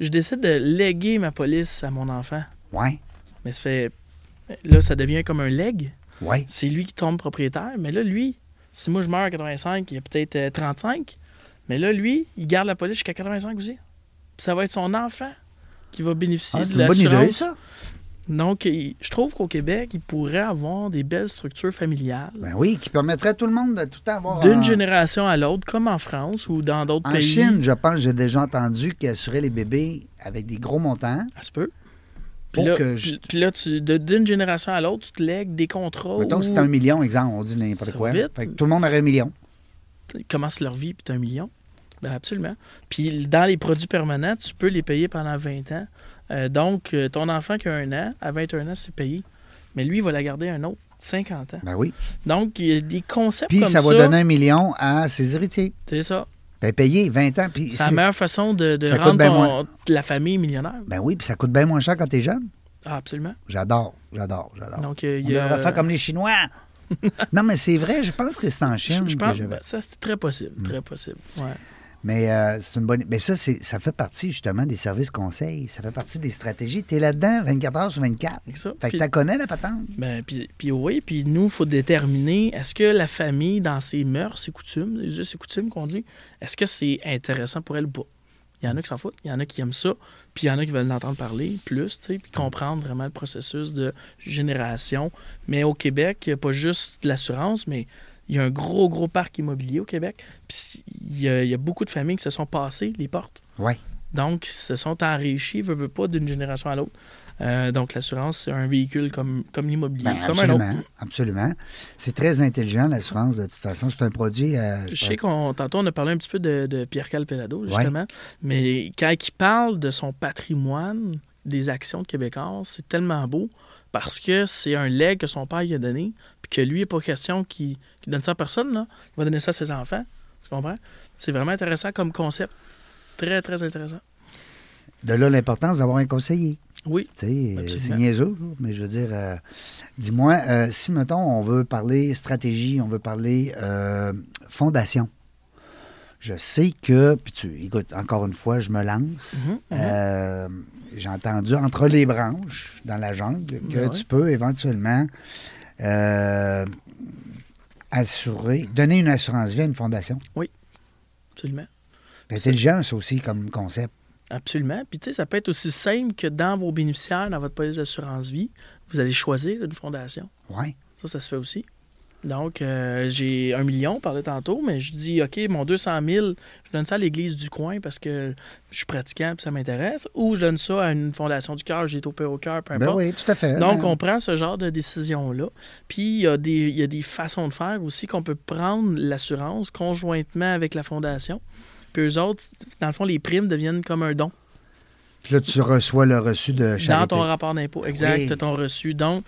Speaker 2: Je décide de léguer ma police à mon enfant.
Speaker 1: oui,
Speaker 2: Mais ça fait. Là, ça devient comme un leg.
Speaker 1: oui.
Speaker 2: C'est lui qui tombe propriétaire. Mais là, lui, si moi je meurs à 85, il a peut-être euh, 35. Mais là, lui, il garde la police jusqu'à 85 aussi. Puis ça va être son enfant qui va bénéficier
Speaker 1: Ah,
Speaker 2: de
Speaker 1: c'est une bonne idée,
Speaker 2: l'assurance.
Speaker 1: ça.
Speaker 2: Donc, il- je trouve qu'au Québec, il pourrait avoir des belles structures familiales.
Speaker 1: Ben oui, qui permettrait à tout le monde de tout avoir.
Speaker 2: D'une
Speaker 1: en-
Speaker 2: génération à l'autre, comme en France ou dans d'autres
Speaker 1: En
Speaker 2: pays.
Speaker 1: Chine, je pense, j'ai déjà entendu qu'ils assuraient les bébés avec des gros montants.
Speaker 2: Ça se peut. Puis
Speaker 1: Pour
Speaker 2: là,
Speaker 1: que je-
Speaker 2: puis- puis là, tu- de- d'une génération à l'autre, tu te lègues des contrats.
Speaker 1: Mettons que
Speaker 2: où-
Speaker 1: c'était un million, exemple, on dit
Speaker 2: Ça
Speaker 1: n'importe
Speaker 2: va
Speaker 1: quoi.
Speaker 2: vite.
Speaker 1: Fait que tout le monde aurait un million.
Speaker 2: ils commencent leur vie puis t'as un million. Ben, absolument. Puis dans les produits permanents, tu peux les payer pendant 20 ans. Euh, donc, euh, ton enfant qui a un an, à 21 ans, c'est payé. Mais lui, il va la garder un autre 50 ans.
Speaker 1: Ben oui.
Speaker 2: Donc, il y a des concepts
Speaker 1: Puis
Speaker 2: comme
Speaker 1: ça
Speaker 2: ça.
Speaker 1: va donner un million à ses héritiers.
Speaker 2: C'est ça.
Speaker 1: Ben payé 20 ans. Puis
Speaker 2: C'est la
Speaker 1: c'est-
Speaker 2: meilleure façon de, de
Speaker 1: Ça coûte
Speaker 2: rendre
Speaker 1: bien
Speaker 2: ton-
Speaker 1: moins.
Speaker 2: la famille millionnaire.
Speaker 1: Ben oui, puis ça coûte bien moins cher quand t'es jeune.
Speaker 2: Ah, absolument.
Speaker 1: J'adore, j'adore, j'adore.
Speaker 2: Donc, euh,
Speaker 1: Ah. On
Speaker 2: il y a-
Speaker 1: devrait faire comme les Chinois. non, mais c'est vrai, je pense que c'est en
Speaker 2: Je,
Speaker 1: Chine.
Speaker 2: je
Speaker 1: que
Speaker 2: pense
Speaker 1: j'avais- Mm.
Speaker 2: ben, ça, c'était très possible. Très possible. Ouais.
Speaker 1: Mais euh, c'est une bonne. Mais ça, c'est- ça fait partie justement des services conseils. Ça fait partie des stratégies. T'es là-dedans 24 heures sur 24.
Speaker 2: C'est ça.
Speaker 1: Fait que
Speaker 2: Puis-
Speaker 1: t'as connais la patente.
Speaker 2: Ben, puis, puis oui, puis nous, il faut déterminer, est-ce que la famille, dans ses mœurs, ses coutumes, les us et coutumes qu'on dit, est-ce que c'est intéressant pour elle ou pas? Il y en a qui s'en foutent, il y en a qui aiment ça, puis il y en a qui veulent l'entendre parler plus, tu sais, puis comprendre vraiment le processus de génération. Mais au Québec, il n'y a pas juste de l'assurance, mais il y a un gros, gros parc immobilier au Québec, puis il y a, il y a beaucoup de familles qui se sont passées les portes.
Speaker 1: Ouais.
Speaker 2: Donc, ils se sont enrichis, veut, veut pas, d'une génération à l'autre. Euh, donc, l'assurance, c'est un véhicule comme, comme l'immobilier,
Speaker 1: Ben,
Speaker 2: comme un autre.
Speaker 1: absolument, absolument. C'est très intelligent, l'assurance, de toute façon. C'est un produit. euh,
Speaker 2: Je sais qu'on tantôt on a parlé un petit peu de, de Pierre Calpelado, justement, mais quand il parle de son patrimoine des actions québécoises, c'est tellement beau parce que c'est un leg que son père lui a donné, puis que lui, il n'est pas question qu'il qu'il donne ça à personne, là. il va donner ça à ses enfants. Tu comprends? C'est vraiment intéressant comme concept. Très, très intéressant.
Speaker 1: de là, l'importance d'avoir un conseiller.
Speaker 2: Oui,
Speaker 1: Tu sais, euh, C'est
Speaker 2: Absolument.
Speaker 1: niaiseux, là, mais je veux dire, euh, dis-moi, euh, si, mettons, on veut parler stratégie, on veut parler euh, fondation. Je sais que, puis tu, écoute, encore une fois, je me lance.
Speaker 2: Mhm, mhm.
Speaker 1: Euh, J'ai entendu entre les branches, dans la jungle, que
Speaker 2: Ouais.
Speaker 1: tu peux éventuellement euh, assurer, donner une assurance vie à une fondation.
Speaker 2: absolument.
Speaker 1: L'intelligence aussi comme concept.
Speaker 2: Absolument. Puis, tu sais, ça peut être aussi simple que dans vos bénéficiaires, dans votre police d'assurance vie, vous allez choisir une fondation.
Speaker 1: Oui.
Speaker 2: Ça, ça se fait aussi. Donc, euh, j'ai un million, on parlait tantôt, mais je dis, OK, mon 200 000, je donne ça à l'église du coin parce que je suis pratiquant et ça m'intéresse, ou je donne ça à une fondation du cœur, j'ai topé au cœur, peu
Speaker 1: Ben
Speaker 2: importe.
Speaker 1: oui, tout à fait.
Speaker 2: Donc,
Speaker 1: Ben-
Speaker 2: on prend ce genre de décision-là. Puis, il y, a des- il y a des façons de faire aussi qu'on peut prendre l'assurance conjointement avec la fondation. Puis, eux autres, dans le fond, les primes deviennent comme un don.
Speaker 1: Puis là, tu reçois le reçu de
Speaker 2: Dans
Speaker 1: charité.
Speaker 2: ton rapport d'impôt, exact,
Speaker 1: oui.
Speaker 2: t'as ton reçu. Donc,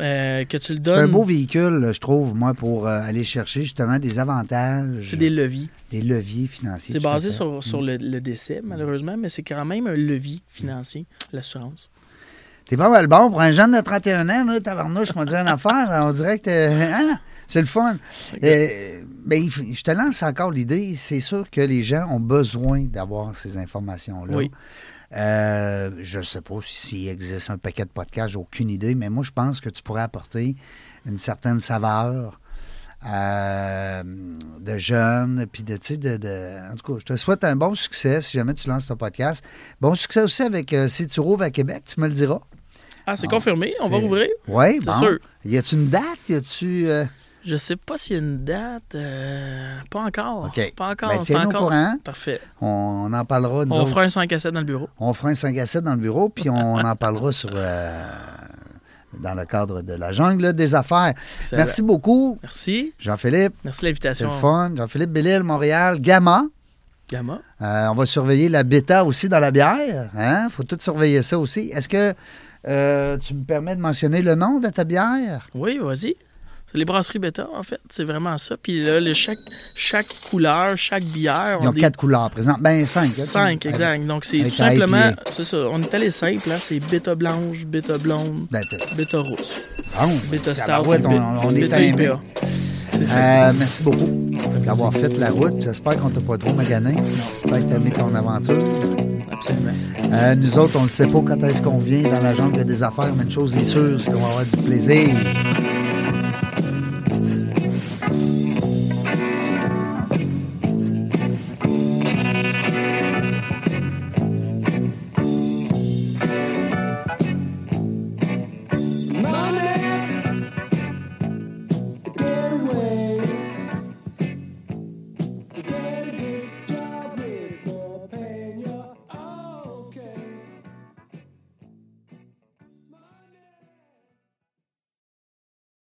Speaker 2: euh, que tu le
Speaker 1: C'est un
Speaker 2: donnes,
Speaker 1: beau véhicule, je trouve, moi, pour euh, aller chercher justement des avantages,
Speaker 2: c'est des leviers.
Speaker 1: des leviers financiers.
Speaker 2: C'est
Speaker 1: tout à
Speaker 2: basé
Speaker 1: fait.
Speaker 2: sur, sur le, le décès, malheureusement, mais c'est quand même un levier financier, l'assurance.
Speaker 1: T'es pas mal bon pour un jeune de 31 ans, là, tabarnouche, je m'en dirais une affaire. On dirait que t'es- hein, c'est le fun. Euh, ben, il f- je te lance encore l'idée. C'est sûr que les gens ont besoin d'avoir ces informations-là.
Speaker 2: Oui.
Speaker 1: Euh, je ne sais pas si- s'il existe un paquet de podcasts, j'ai aucune idée, mais moi, je pense que tu pourrais apporter une certaine saveur euh, de jeunes, puis de, tu sais, de, de- En tout cas, je te souhaite un bon succès si jamais tu lances ton podcast. Bon succès aussi avec euh, Si tu rouves à Québec, tu me le diras.
Speaker 2: Ah, c'est
Speaker 1: Ah,
Speaker 2: confirmé, on va
Speaker 1: C'est-
Speaker 2: ouvrir.
Speaker 1: Oui,
Speaker 2: C'est
Speaker 1: bon.
Speaker 2: sûr.
Speaker 1: Y a-tu une date? Y a-tu. euh,
Speaker 2: Je sais pas s'il y a une date. euh, pas encore.
Speaker 1: OK.
Speaker 2: Pas encore.
Speaker 1: Ben,
Speaker 2: c'est
Speaker 1: tiens-nous au
Speaker 2: encore-
Speaker 1: courant.
Speaker 2: Parfait.
Speaker 1: On, on en parlera. nous
Speaker 2: On
Speaker 1: autres.
Speaker 2: fera un 5 à 7 dans le bureau.
Speaker 1: On fera un 5 à 7 dans le bureau, puis on en parlera sur, euh, dans le cadre de la jungle des affaires.
Speaker 2: Excellent.
Speaker 1: Merci beaucoup,
Speaker 2: Merci.
Speaker 1: Jean-Philippe.
Speaker 2: Merci de
Speaker 1: C'est
Speaker 2: l'invitation.
Speaker 1: le fun. Jean-Philippe Bellil, Montréal, Gamma.
Speaker 2: Gamma.
Speaker 1: Euh, on va surveiller la bêta aussi dans la bière. Hein? faut tout surveiller ça aussi. Est-ce que euh, tu me permets de mentionner le nom de ta bière?
Speaker 2: Oui, vas-y. C'est les brasseries bêta, en fait. C'est vraiment ça. Puis là, le- chaque, chaque couleur, chaque bière,
Speaker 1: Ils
Speaker 2: a
Speaker 1: ont
Speaker 2: des-
Speaker 1: quatre couleurs présentes. Ben, cinq. hein, tu-
Speaker 2: 5, exact. Donc, c'est
Speaker 1: Avec
Speaker 2: tout
Speaker 1: la IPA.
Speaker 2: simplement. C'est ça. On est allé simple. Hein. C'est bêta blanche, bêta blonde,
Speaker 1: Ben, tu-
Speaker 2: bêta rousse.
Speaker 1: bon,
Speaker 2: Bêta Star,
Speaker 1: tabarouette, on, on est
Speaker 2: Bêta
Speaker 1: timé.
Speaker 2: IPA. C'est ça.
Speaker 1: Euh, merci beaucoup d'avoir fait la route. J'espère qu'on t'a pas trop magané. J'espère que t'as aimé ton aventure.
Speaker 2: Absolument.
Speaker 1: Euh, nous autres, on ne sait pas quand est-ce qu'on vient dans la jungle des affaires, mais une chose est sûre, c'est qu'on va avoir du plaisir.